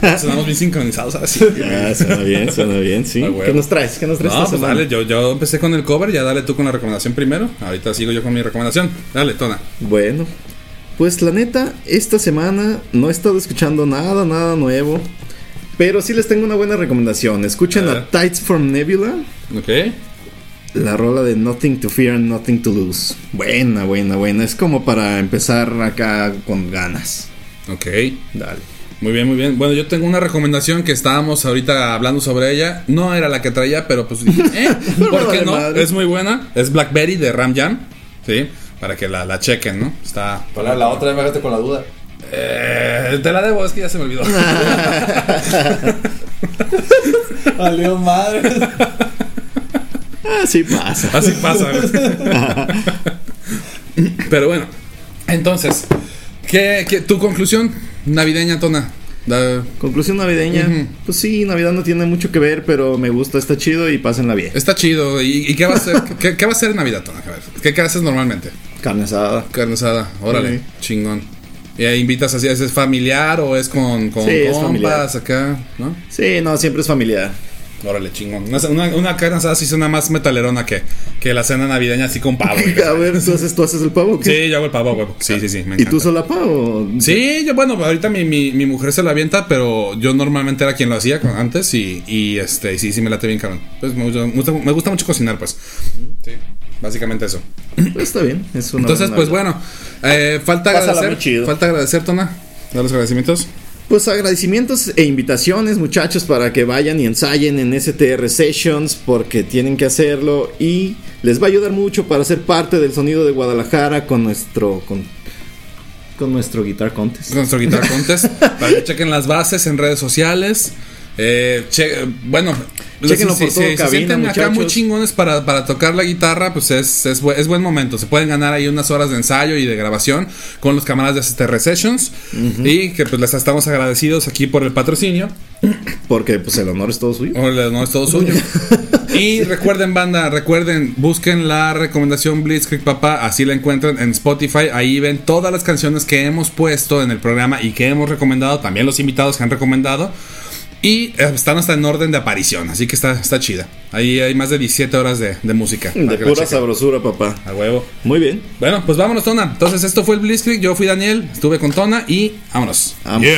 [SPEAKER 1] Estamos bien sincronizados ahora sí.
[SPEAKER 2] Ah, suena bien, suena bien, sí.
[SPEAKER 1] Ah, güey.
[SPEAKER 2] ¿Qué nos traes? ¿Qué nos traes
[SPEAKER 1] No,
[SPEAKER 2] esta
[SPEAKER 1] pues
[SPEAKER 2] semana?
[SPEAKER 1] dale, yo, yo empecé con el cover, ya dale tú con la recomendación primero. Ahorita sigo yo con mi recomendación. Dale, Tona.
[SPEAKER 2] Bueno, pues la neta, esta semana no he estado escuchando nada, nada nuevo. Pero sí les tengo una buena recomendación. Escuchen
[SPEAKER 1] A
[SPEAKER 2] a,
[SPEAKER 1] ver.
[SPEAKER 2] Tights from Nebula,
[SPEAKER 1] Ok.
[SPEAKER 2] la rola de Nothing to Fear and Nothing to Lose. Buena, buena, buena. Es como para empezar acá con ganas.
[SPEAKER 1] Ok.
[SPEAKER 2] Dale.
[SPEAKER 1] Muy bien, muy bien. Bueno, yo tengo una recomendación que estábamos ahorita hablando sobre ella. No era la que traía, pero pues dije, eh,
[SPEAKER 2] Pero
[SPEAKER 1] ¿por
[SPEAKER 2] vale
[SPEAKER 1] qué no?
[SPEAKER 2] madre.
[SPEAKER 1] Es muy buena. Es Blackberry de Ram Jam. Sí. Para que la, la chequen, ¿no? Está.
[SPEAKER 3] ¿Cuál era la otra? Ya me dejaste con la duda.
[SPEAKER 1] Eh, te la debo, es que ya se me olvidó.
[SPEAKER 3] Valió madre.
[SPEAKER 2] Así Ah, pasa.
[SPEAKER 1] Así pasa. güey. Pero bueno, entonces, ¿qué, qué- tu conclusión navideña, Tona? Da-
[SPEAKER 2] Conclusión navideña.
[SPEAKER 1] Ujú.
[SPEAKER 2] Pues sí, Navidad no tiene mucho que ver, pero me gusta, está chido y pásenla bien.
[SPEAKER 1] Está chido. ¿Y, y qué va a ser? ¿Qué, qué va a ser en Navidad, Tona? A ver, ¿qué, qué haces normalmente?
[SPEAKER 2] Carne asada.
[SPEAKER 1] Carne asada, órale,
[SPEAKER 2] Sí.
[SPEAKER 1] chingón. ¿Y ahí invitas así? ¿Es familiar o es con, con
[SPEAKER 2] Sí, es
[SPEAKER 1] compas acá? ¿No?
[SPEAKER 2] Sí, no, siempre es familiar.
[SPEAKER 1] Órale, chingón. Una, una, una carne asada sí suena más metalerona que, que la cena navideña así con pavo. güey.
[SPEAKER 2] A ver, ¿tú haces, tú haces el pavo? o qué?
[SPEAKER 1] Sí, yo hago el pavo, güey. Sí, sí, sí. me
[SPEAKER 2] ¿Y tú
[SPEAKER 1] encanta.
[SPEAKER 2] solapa o...?
[SPEAKER 1] Sí, yo, bueno, ahorita mi, mi, mi mujer se la avienta, pero yo normalmente era quien lo hacía con- antes y, y este, y sí, sí me late bien, cabrón. Pues me, gusta- me gusta, me gusta mucho cocinar, pues. Sí, básicamente eso.
[SPEAKER 2] Pues está bien, es una
[SPEAKER 1] Entonces,
[SPEAKER 2] buena
[SPEAKER 1] pues
[SPEAKER 2] Navidad.
[SPEAKER 1] bueno, eh, falta
[SPEAKER 2] Pásala muy
[SPEAKER 1] agradecer.
[SPEAKER 2] chido.
[SPEAKER 1] Falta agradecer, Tona. Dar los agradecimientos.
[SPEAKER 2] Pues agradecimientos e invitaciones, muchachos, para que vayan y ensayen en STR Sessions, porque tienen que hacerlo y les va a ayudar mucho para ser parte del sonido de Guadalajara con nuestro con, con nuestro Guitar Contest.
[SPEAKER 1] Nuestro Guitar Contest. para que chequen las bases en redes sociales. Eh, che- bueno,
[SPEAKER 2] Chéquenlo
[SPEAKER 1] si,
[SPEAKER 2] por
[SPEAKER 1] si-
[SPEAKER 2] todo,
[SPEAKER 1] si se
[SPEAKER 2] cabina,
[SPEAKER 1] sienten acá
[SPEAKER 2] muchachos.
[SPEAKER 1] muy chingones para, para tocar la guitarra, pues es, es, bu- es buen momento. Se pueden ganar ahí unas horas de ensayo y de grabación con los camaradas de STR Sessions. Y que pues les estamos agradecidos aquí por el patrocinio.
[SPEAKER 2] Porque pues el honor es todo suyo.
[SPEAKER 1] Hola, no es todo suyo. Y recuerden, banda, recuerden, busquen la recomendación Blitzkrieg Papá, así la encuentran en Spotify. Ahí ven todas las canciones que hemos puesto en el programa y que hemos recomendado, también los invitados que han recomendado. Y eh, están hasta en orden de aparición, así que está, está chida. Ahí hay más de 17 horas de, de música. Para
[SPEAKER 2] De
[SPEAKER 1] que la
[SPEAKER 2] pura
[SPEAKER 1] chequen.
[SPEAKER 2] sabrosura, papá.
[SPEAKER 1] A huevo.
[SPEAKER 2] Muy bien.
[SPEAKER 1] Bueno, pues vámonos, Tona. Entonces, esto fue el Blitzkrieg. Yo fui Daniel, estuve con Tona y vámonos.
[SPEAKER 2] Vamos.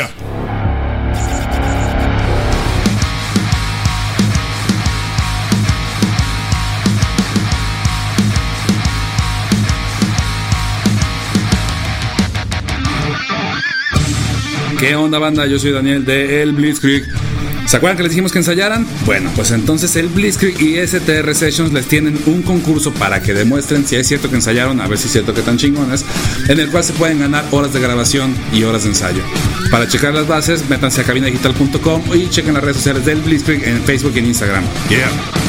[SPEAKER 4] ¿Qué onda banda? Yo soy Daniel de El Blitzkrieg. ¿Se acuerdan que les dijimos que ensayaran? Bueno, pues entonces el Blitzkrieg y STR Sessions les tienen un concurso para que demuestren si es cierto que ensayaron, a ver si es cierto que tan chingones, en el cual se pueden ganar horas de grabación y horas de ensayo. Para checar las bases, métanse a cabinadigital.com y chequen las redes sociales del Blitzkrieg en Facebook y en Instagram. Yeah.